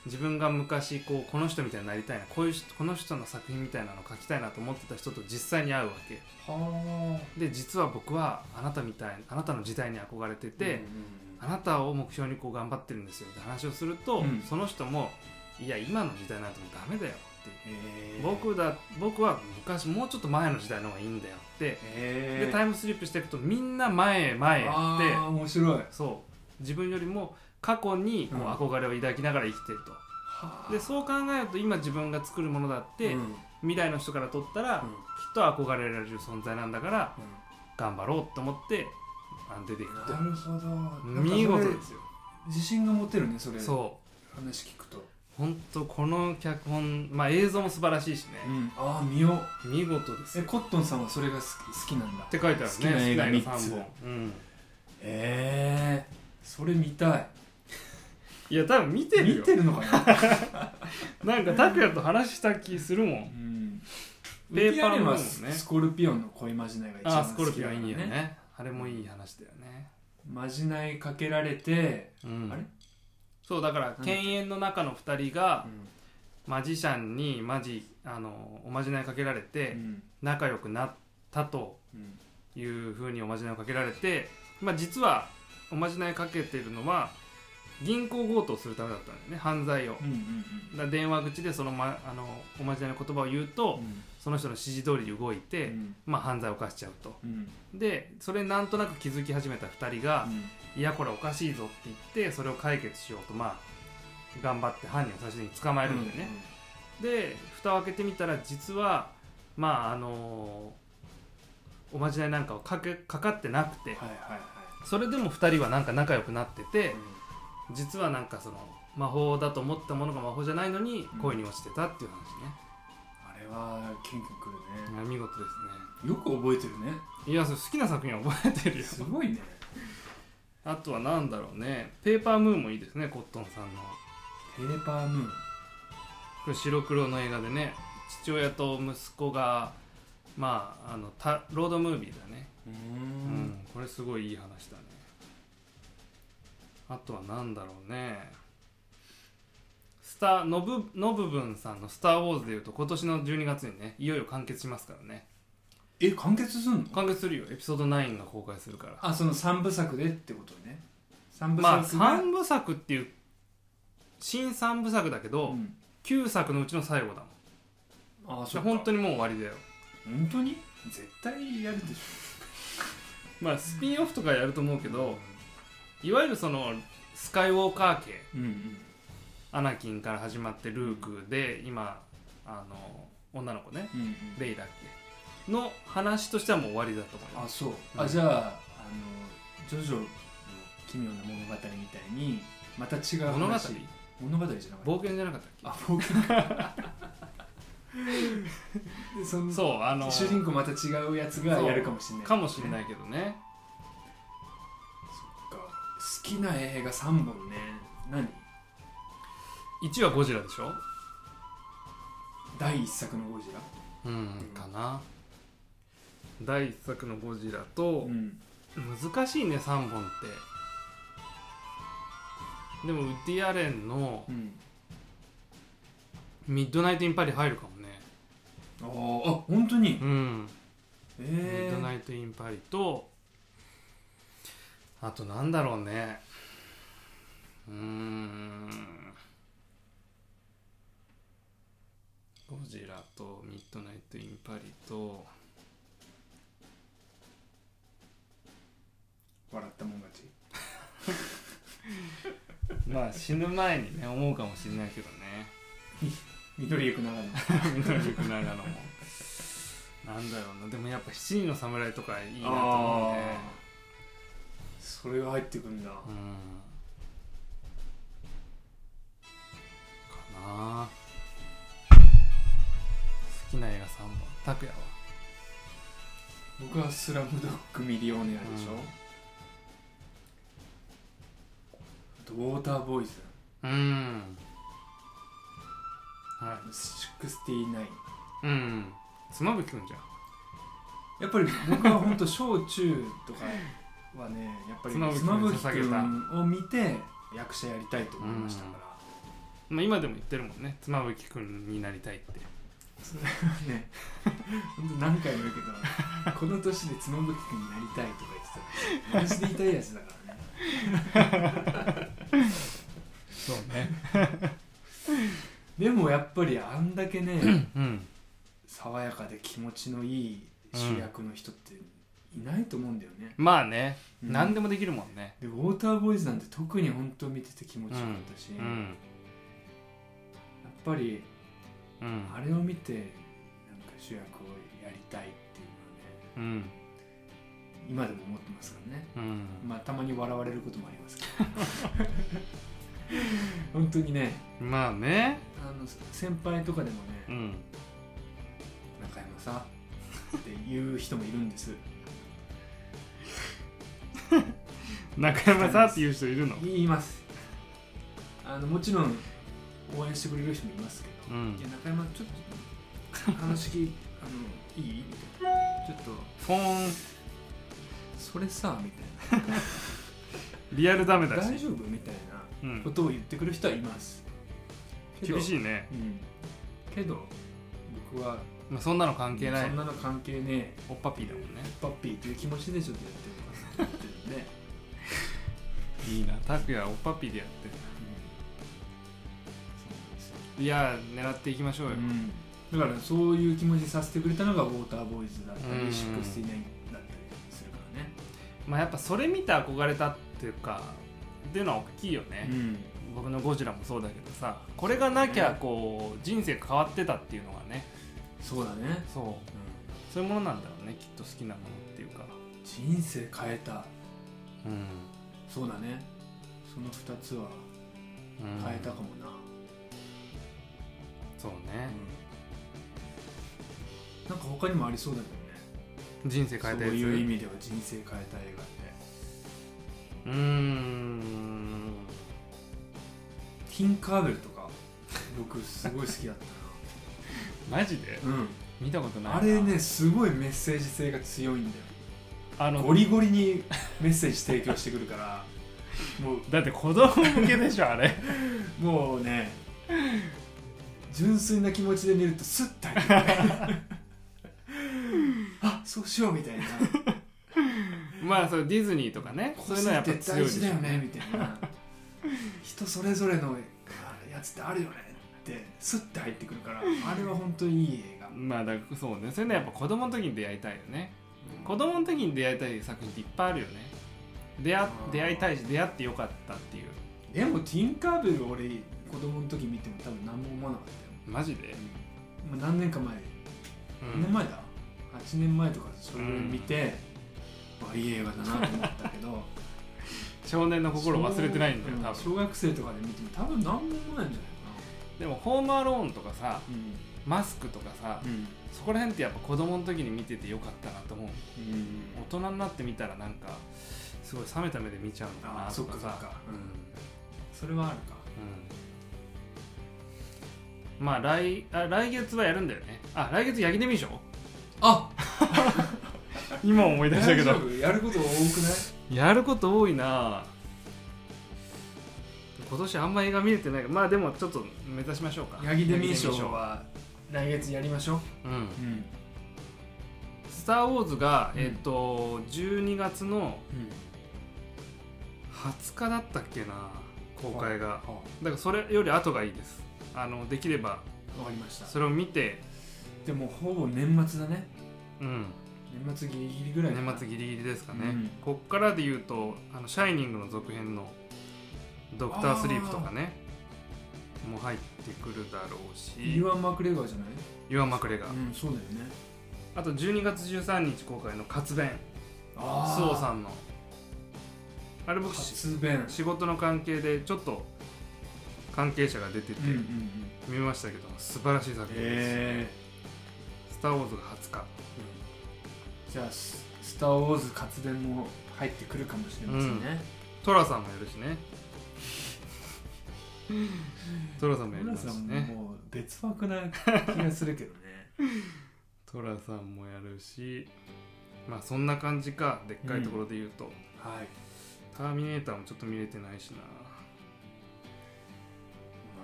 [SPEAKER 1] 自分が昔こうこの人みたいになりたいなこういう人この人の作品みたいなの書きたいなと思ってた人と実際に会うわけ
[SPEAKER 2] はあ
[SPEAKER 1] で実は僕はあなたみたいあなたの時代に憧れてて、
[SPEAKER 2] うん
[SPEAKER 1] あなたを目標にこう頑張ってるんですよって話をすると、
[SPEAKER 2] うん
[SPEAKER 1] その人もいや今の時代なんてもうダメだよって
[SPEAKER 2] へー
[SPEAKER 1] 僕だ僕は昔もうちょっと前の時代の方がいいんだよって
[SPEAKER 2] へ
[SPEAKER 1] で
[SPEAKER 2] ー
[SPEAKER 1] タイムスリップしていくとみんな前へ前へって
[SPEAKER 2] あー面白い
[SPEAKER 1] そう自分よりも過去にこう
[SPEAKER 2] うん
[SPEAKER 1] 憧れを抱きながら生きてると、でそう考えると今自分が作るものだって、
[SPEAKER 2] うん
[SPEAKER 1] 未来の人からとったら、
[SPEAKER 2] う
[SPEAKER 1] き
[SPEAKER 2] ん
[SPEAKER 1] っと憧れられる存在なんだから頑張ろうと思ってあ出ていくと
[SPEAKER 2] なるほどなんかそれ
[SPEAKER 1] 見事ですよ
[SPEAKER 2] 自信が持てるねそれ
[SPEAKER 1] そう
[SPEAKER 2] 話聞くと
[SPEAKER 1] 本当この脚本まあ映像も素晴らしいしね、
[SPEAKER 2] ああ見よう
[SPEAKER 1] 見事です
[SPEAKER 2] え
[SPEAKER 1] よ
[SPEAKER 2] コットンさんはそれが好き好きなんだ
[SPEAKER 1] って書いてあるね
[SPEAKER 2] 好きな映画
[SPEAKER 1] 好きな
[SPEAKER 2] 三
[SPEAKER 1] 三
[SPEAKER 2] つ
[SPEAKER 1] 本、うん、
[SPEAKER 2] ええそれ見たい
[SPEAKER 1] いや多分見てる
[SPEAKER 2] 見
[SPEAKER 1] よ
[SPEAKER 2] てるのかな
[SPEAKER 1] なんか拓哉と話した気するもん
[SPEAKER 2] うん
[SPEAKER 1] ペーパー
[SPEAKER 2] ウッディアレンは
[SPEAKER 1] ムーンね
[SPEAKER 2] スコルピオンの恋まじないが一
[SPEAKER 1] あ
[SPEAKER 2] 番
[SPEAKER 1] スコ
[SPEAKER 2] 好
[SPEAKER 1] ル
[SPEAKER 2] き
[SPEAKER 1] ピ
[SPEAKER 2] だ
[SPEAKER 1] オ
[SPEAKER 2] か
[SPEAKER 1] ン
[SPEAKER 2] ら
[SPEAKER 1] いいよね
[SPEAKER 2] ね
[SPEAKER 1] あれもいい話だよね、
[SPEAKER 2] まじないかけられて
[SPEAKER 1] うん、
[SPEAKER 2] あれ
[SPEAKER 1] そうだから
[SPEAKER 2] だっけ
[SPEAKER 1] 犬猿の中の2人が
[SPEAKER 2] ん
[SPEAKER 1] マジシャンにマジあのおまじないかけられて仲良くなったと
[SPEAKER 2] うん
[SPEAKER 1] いうふうにおまじないをかけられて、まあ、実はおまじないかけてるのは銀行強盗をするためだったんだよね犯罪を
[SPEAKER 2] うんうん
[SPEAKER 1] だから電話口でその,、ま、あのおまじないの言葉を言う
[SPEAKER 2] う
[SPEAKER 1] と、
[SPEAKER 2] ん
[SPEAKER 1] その人の指示通りに動いて、
[SPEAKER 2] うん
[SPEAKER 1] まあ、犯罪を犯しちゃうと
[SPEAKER 2] うん
[SPEAKER 1] でそれになんとなく気づき始めた2人が、
[SPEAKER 2] うん
[SPEAKER 1] いやこれおかしいぞって言ってそれを解決しようとまあ頑張って犯人を最終的に捕まえるんだよね、で蓋を開けてみたら実はまああのおまじないなんかをかけかかってなくて
[SPEAKER 2] はいはいはい
[SPEAKER 1] それでも2人はなんか仲良くなってて、
[SPEAKER 2] うん
[SPEAKER 1] 実はなんかその魔法だと思ったものが魔法じゃないのに
[SPEAKER 2] うん
[SPEAKER 1] 恋に落ちてたっていう話ね、
[SPEAKER 2] あれはキュンキュンくるね
[SPEAKER 1] あ見事です
[SPEAKER 2] よく覚えてるね
[SPEAKER 1] ねいやそれ好きな作品は覚えてるよ
[SPEAKER 2] すごいね
[SPEAKER 1] あとは何だろうねペーパームーンもいいですねコットンさんの
[SPEAKER 2] ペーパームーン
[SPEAKER 1] これ白黒の映画でね父親と息子がまああのたロードムービーだね
[SPEAKER 2] う
[SPEAKER 1] うん、
[SPEAKER 2] ん
[SPEAKER 1] これすごいいい話だねあとは何だろうねスターのぶのぶぶんさんの「スター・ウォーズ」でいうと今年の12月にねいよいよ完結しますからね
[SPEAKER 2] え完結すんの
[SPEAKER 1] 完結するよエピソード9が公開するから
[SPEAKER 2] あその三部作でってことね三部
[SPEAKER 1] まあ
[SPEAKER 2] 作が、
[SPEAKER 1] 3部作っていう新3部作だけど、
[SPEAKER 2] うん
[SPEAKER 1] 9作のうちの最後だもん
[SPEAKER 2] あ
[SPEAKER 1] じ
[SPEAKER 2] そ
[SPEAKER 1] ゃ
[SPEAKER 2] っ
[SPEAKER 1] あ
[SPEAKER 2] か
[SPEAKER 1] 本当にもう終わりだよ
[SPEAKER 2] 本当に絶対やるでし
[SPEAKER 1] まあスピンオフとかやると思うけ
[SPEAKER 2] ょ
[SPEAKER 1] どいわゆるそのスカイウォーカー系
[SPEAKER 2] うんうん
[SPEAKER 1] アナキンから始まってルークで今あの女の子ね
[SPEAKER 2] うんうん
[SPEAKER 1] レイだっけの話としてはもう終わりだと思いま
[SPEAKER 2] あ
[SPEAKER 1] す
[SPEAKER 2] そう、
[SPEAKER 1] う
[SPEAKER 2] あ
[SPEAKER 1] ん
[SPEAKER 2] じゃああのジョジョの奇妙な物語みたいにまた違う話
[SPEAKER 1] 物語
[SPEAKER 2] 物語じゃなかった
[SPEAKER 1] 冒険じゃなかったっけ
[SPEAKER 2] あ冒険か *laughs* でその
[SPEAKER 1] そうあの
[SPEAKER 2] 主人公また違うやつがやるかもしれない
[SPEAKER 1] かもしれ
[SPEAKER 2] い
[SPEAKER 1] ないけどね
[SPEAKER 2] 好きな映画三本ね何
[SPEAKER 1] 1はゴジラでしょ
[SPEAKER 2] 第一作のゴジラ
[SPEAKER 1] うんかな第1作のゴジラと
[SPEAKER 2] ん
[SPEAKER 1] 難しいね3本ってでもウッディ・アレンの
[SPEAKER 2] うん
[SPEAKER 1] 「ミッドナイト・イン・パリ」入るかもね
[SPEAKER 2] あーあ本当に
[SPEAKER 1] うんミ
[SPEAKER 2] え
[SPEAKER 1] ッドナ
[SPEAKER 2] ー、
[SPEAKER 1] イト・イン・パリとあとなんだろうねうーんゴジラとミッドナイト・イン・パリと
[SPEAKER 2] 笑ったもん勝ち
[SPEAKER 1] まあ死ぬ前にね思うかもしれないけどね
[SPEAKER 2] 緑行く長野
[SPEAKER 1] ミドルク長野もなんだろうなでもやっぱ七人の侍とかいいなと思う
[SPEAKER 2] あ
[SPEAKER 1] ね
[SPEAKER 2] ーそれが入ってくんだ
[SPEAKER 1] うんかなあ好きな映画3本拓也は
[SPEAKER 2] 僕は「スラムドッグミリオネア」でしょ、あとウォーターボーイズ
[SPEAKER 1] うんは
[SPEAKER 2] 69
[SPEAKER 1] いうん妻夫木君じゃん
[SPEAKER 2] やっぱり僕は本当小中とかはねやっぱり
[SPEAKER 1] *laughs* 妻夫木
[SPEAKER 2] 妻夫木
[SPEAKER 1] 君に捧げた
[SPEAKER 2] 君を見て役者やりたいと思いましたから、
[SPEAKER 1] まあ今でも言ってるもんね妻夫木君になりたいって
[SPEAKER 2] それはね本当何回も言うけどこの年で角吹君になりたいとか言ってたらマジで痛いやつだからね
[SPEAKER 1] そうね
[SPEAKER 2] でもやっぱりあんだけね
[SPEAKER 1] うん
[SPEAKER 2] 爽やかで気持ちのいい主役の人っていないと思うんだよね、
[SPEAKER 1] まあね、
[SPEAKER 2] うん
[SPEAKER 1] 何でもできるもんね
[SPEAKER 2] でウォーターボーイズなんて特に本当見てて気持ちよかったし、
[SPEAKER 1] う
[SPEAKER 2] やっ
[SPEAKER 1] ん
[SPEAKER 2] ぱり
[SPEAKER 1] うん
[SPEAKER 2] あれを見てなんか主役をやりたいっていう
[SPEAKER 1] うん
[SPEAKER 2] のはね今でも思ってますからね
[SPEAKER 1] うん
[SPEAKER 2] まあたまに笑われることもありますけど *laughs* 本当にね
[SPEAKER 1] まあね
[SPEAKER 2] あの先輩とかでも
[SPEAKER 1] う
[SPEAKER 2] ね
[SPEAKER 1] ん
[SPEAKER 2] 「中山さ」って言う人もいるんです
[SPEAKER 1] 中山さんっていう人いるの
[SPEAKER 2] 言いますあのもちろん応援してくれる人もいますけ
[SPEAKER 1] う
[SPEAKER 2] ど「
[SPEAKER 1] ん
[SPEAKER 2] いや中山ちょっと話聞い *laughs* あのいい?」みたいな「ちょっと
[SPEAKER 1] フォン
[SPEAKER 2] それさ」みたい
[SPEAKER 1] *laughs* リアルダメ
[SPEAKER 2] な「
[SPEAKER 1] だ
[SPEAKER 2] 大
[SPEAKER 1] し、
[SPEAKER 2] 丈夫?」みたいな
[SPEAKER 1] う
[SPEAKER 2] こ
[SPEAKER 1] ん、
[SPEAKER 2] とを言ってくる人はいます
[SPEAKER 1] 厳
[SPEAKER 2] い、
[SPEAKER 1] しいね、
[SPEAKER 2] うん、けど僕は
[SPEAKER 1] まあ、そんなの関係ない
[SPEAKER 2] そんなの関係ねえ
[SPEAKER 1] おっぱぴーだもんね
[SPEAKER 2] パッピーという気持ちでちょっとやってみますって言
[SPEAKER 1] *laughs*
[SPEAKER 2] ってるんで、
[SPEAKER 1] いいな拓也おっぱぴーでやってるいやー狙っていきましょうよ、
[SPEAKER 2] うん、だからそういう気持ちにさせてくれたのがウォーターボーイズだったり、
[SPEAKER 1] うん
[SPEAKER 2] シックスティナインだったりするからね
[SPEAKER 1] まあやっぱそれ見て憧れたっっていうかっていうのは大きいよね、
[SPEAKER 2] ん
[SPEAKER 1] 僕の「ゴジラ」もそうだけどさこれがなきゃこう人生変わってたっていうのがね
[SPEAKER 2] そうだね、
[SPEAKER 1] そうそういうものなんだろうねきっと好きなものっていうか
[SPEAKER 2] 人生変えた
[SPEAKER 1] うん、
[SPEAKER 2] そうだねその2つは
[SPEAKER 1] うん
[SPEAKER 2] 変えたかもな、
[SPEAKER 1] そう
[SPEAKER 2] う
[SPEAKER 1] ね、
[SPEAKER 2] ん、なんか他にもありそうだけどね
[SPEAKER 1] 人生変えたやつ
[SPEAKER 2] そういう意味では人生変えた映画って
[SPEAKER 1] うーん
[SPEAKER 2] ティンカーベルとか僕すごい好きだっ
[SPEAKER 1] マジで
[SPEAKER 2] たな、うん、
[SPEAKER 1] 見たことないな
[SPEAKER 2] あれねすごいメッセージ性が強いんだよ
[SPEAKER 1] あの
[SPEAKER 2] ゴリゴリにメッセージ提供してくるからも
[SPEAKER 1] だって子供向けでしょあれ
[SPEAKER 2] うもうね純粋な気持ちで見るとスッと入ってくる
[SPEAKER 1] *laughs*
[SPEAKER 2] あそうしようみたいな
[SPEAKER 1] *laughs* まあそうディズニーとかねそ
[SPEAKER 2] 個
[SPEAKER 1] ういうのは
[SPEAKER 2] 性
[SPEAKER 1] や
[SPEAKER 2] っ
[SPEAKER 1] っぱ
[SPEAKER 2] て
[SPEAKER 1] 強い
[SPEAKER 2] 大
[SPEAKER 1] で
[SPEAKER 2] 事
[SPEAKER 1] し
[SPEAKER 2] だ
[SPEAKER 1] ょ
[SPEAKER 2] よねみたいな人それぞれのやつってあるよねってスッて入ってくるからあれは本当にいい映画
[SPEAKER 1] まあだからそうねそういうのはやっぱ子供の時に出会いたいよね子供の時に出会いたい作品っていっぱいあるよね出会
[SPEAKER 2] うん
[SPEAKER 1] 出会いたいし出会ってよかったっていう
[SPEAKER 2] でもティンカーベル俺子供の時見ても多分何も思わなかっ
[SPEAKER 1] マジで、
[SPEAKER 2] たよ、まあ、何年か前、
[SPEAKER 1] う
[SPEAKER 2] 何年前だ8年前とかそれぐらい見て、まあ、いい映画だなと思ったけど
[SPEAKER 1] 少年の *laughs* 心を忘れてないんだよ
[SPEAKER 2] う
[SPEAKER 1] 多分
[SPEAKER 2] 小学生とかで見ても多分何も思わないんじ
[SPEAKER 1] でも「ホームアローン」とかさ
[SPEAKER 2] ゃ
[SPEAKER 1] 「マスク」とかさ
[SPEAKER 2] ないかなうん、
[SPEAKER 1] そこら辺ってやっぱ子供の時に見ててよかったなと思う
[SPEAKER 2] うん
[SPEAKER 1] 大人になってみたらなんかすごい冷めた目で見ちゃうのか
[SPEAKER 2] あ
[SPEAKER 1] な
[SPEAKER 2] あ
[SPEAKER 1] と
[SPEAKER 2] そっ
[SPEAKER 1] か
[SPEAKER 2] かそっ
[SPEAKER 1] さ
[SPEAKER 2] か、
[SPEAKER 1] う
[SPEAKER 2] うん
[SPEAKER 1] ん
[SPEAKER 2] それはあるか
[SPEAKER 1] うんまあ来あ来月はやるんだよねあ来月ヤギデミー賞
[SPEAKER 2] あ
[SPEAKER 1] 今思い出したけど
[SPEAKER 2] 大丈夫やること多くない
[SPEAKER 1] *laughs* やること多いな今年あんま映画見れてないからまあでもちょっと目指しましょうか
[SPEAKER 2] ヤギデミー賞
[SPEAKER 1] ヤギデミ
[SPEAKER 2] は来月やりましょう、
[SPEAKER 1] うん
[SPEAKER 2] うん
[SPEAKER 1] 「スター・ウォーズが」
[SPEAKER 2] うん
[SPEAKER 1] えっ、と12月の20日だったっけな公開が
[SPEAKER 2] は
[SPEAKER 1] だからそれより後がいいですあのできれば
[SPEAKER 2] あわかりました
[SPEAKER 1] それを見て
[SPEAKER 2] でもほぼ年末だね
[SPEAKER 1] うん
[SPEAKER 2] 年末ギリギリぐらい
[SPEAKER 1] 年末ギリギリですかね、
[SPEAKER 2] うん
[SPEAKER 1] こっからで言うと「あのシャイニング」の続編の「ドクター・スリープ」とかねも入ってくるだろうし
[SPEAKER 2] イワン・マクレガーじゃない
[SPEAKER 1] イワン・マクレガー、
[SPEAKER 2] うんそうだよね
[SPEAKER 1] あと12月13日公開の「活弁」周防さんのあれ僕し
[SPEAKER 2] 発弁
[SPEAKER 1] 仕事の関係でちょっと関係者が出てて
[SPEAKER 2] うんうんうん
[SPEAKER 1] 見ましたけど、素晴らしい作品です、
[SPEAKER 2] え
[SPEAKER 1] スター・ウォーズ」が20日
[SPEAKER 2] ー、じゃあス「スター・ウォーズ」活弁も入ってくるかもしれませんね、
[SPEAKER 1] トラさんもやるし
[SPEAKER 2] *laughs*
[SPEAKER 1] ねトラさんもやりますし
[SPEAKER 2] さんも
[SPEAKER 1] ね
[SPEAKER 2] もう別枠な気がするけどね
[SPEAKER 1] トラさんもやるしまあそんな感じかでっかいところで言うと、
[SPEAKER 2] はい
[SPEAKER 1] ターミネーターもちょっと見れてないしな
[SPEAKER 2] ま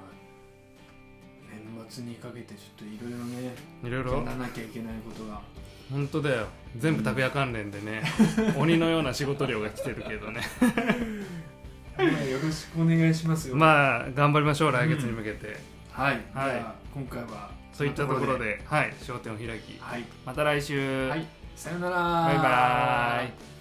[SPEAKER 2] あ年末にかけてちょっといろいろね
[SPEAKER 1] いろい
[SPEAKER 2] や
[SPEAKER 1] ろ
[SPEAKER 2] らなきゃいけないことが
[SPEAKER 1] 本当だよ全部拓也関連でね、鬼のような仕事量が来てるけ *laughs* どね
[SPEAKER 2] まあよろしくお願いしますよ、
[SPEAKER 1] まあ頑張りましょう来月に向けて、
[SPEAKER 2] はい、
[SPEAKER 1] はい
[SPEAKER 2] じゃあ今回は
[SPEAKER 1] そういったとこ
[SPEAKER 2] こ
[SPEAKER 1] ろではい焦点を開き
[SPEAKER 2] はい、
[SPEAKER 1] また来週、
[SPEAKER 2] はい、さよなら
[SPEAKER 1] バイバーイ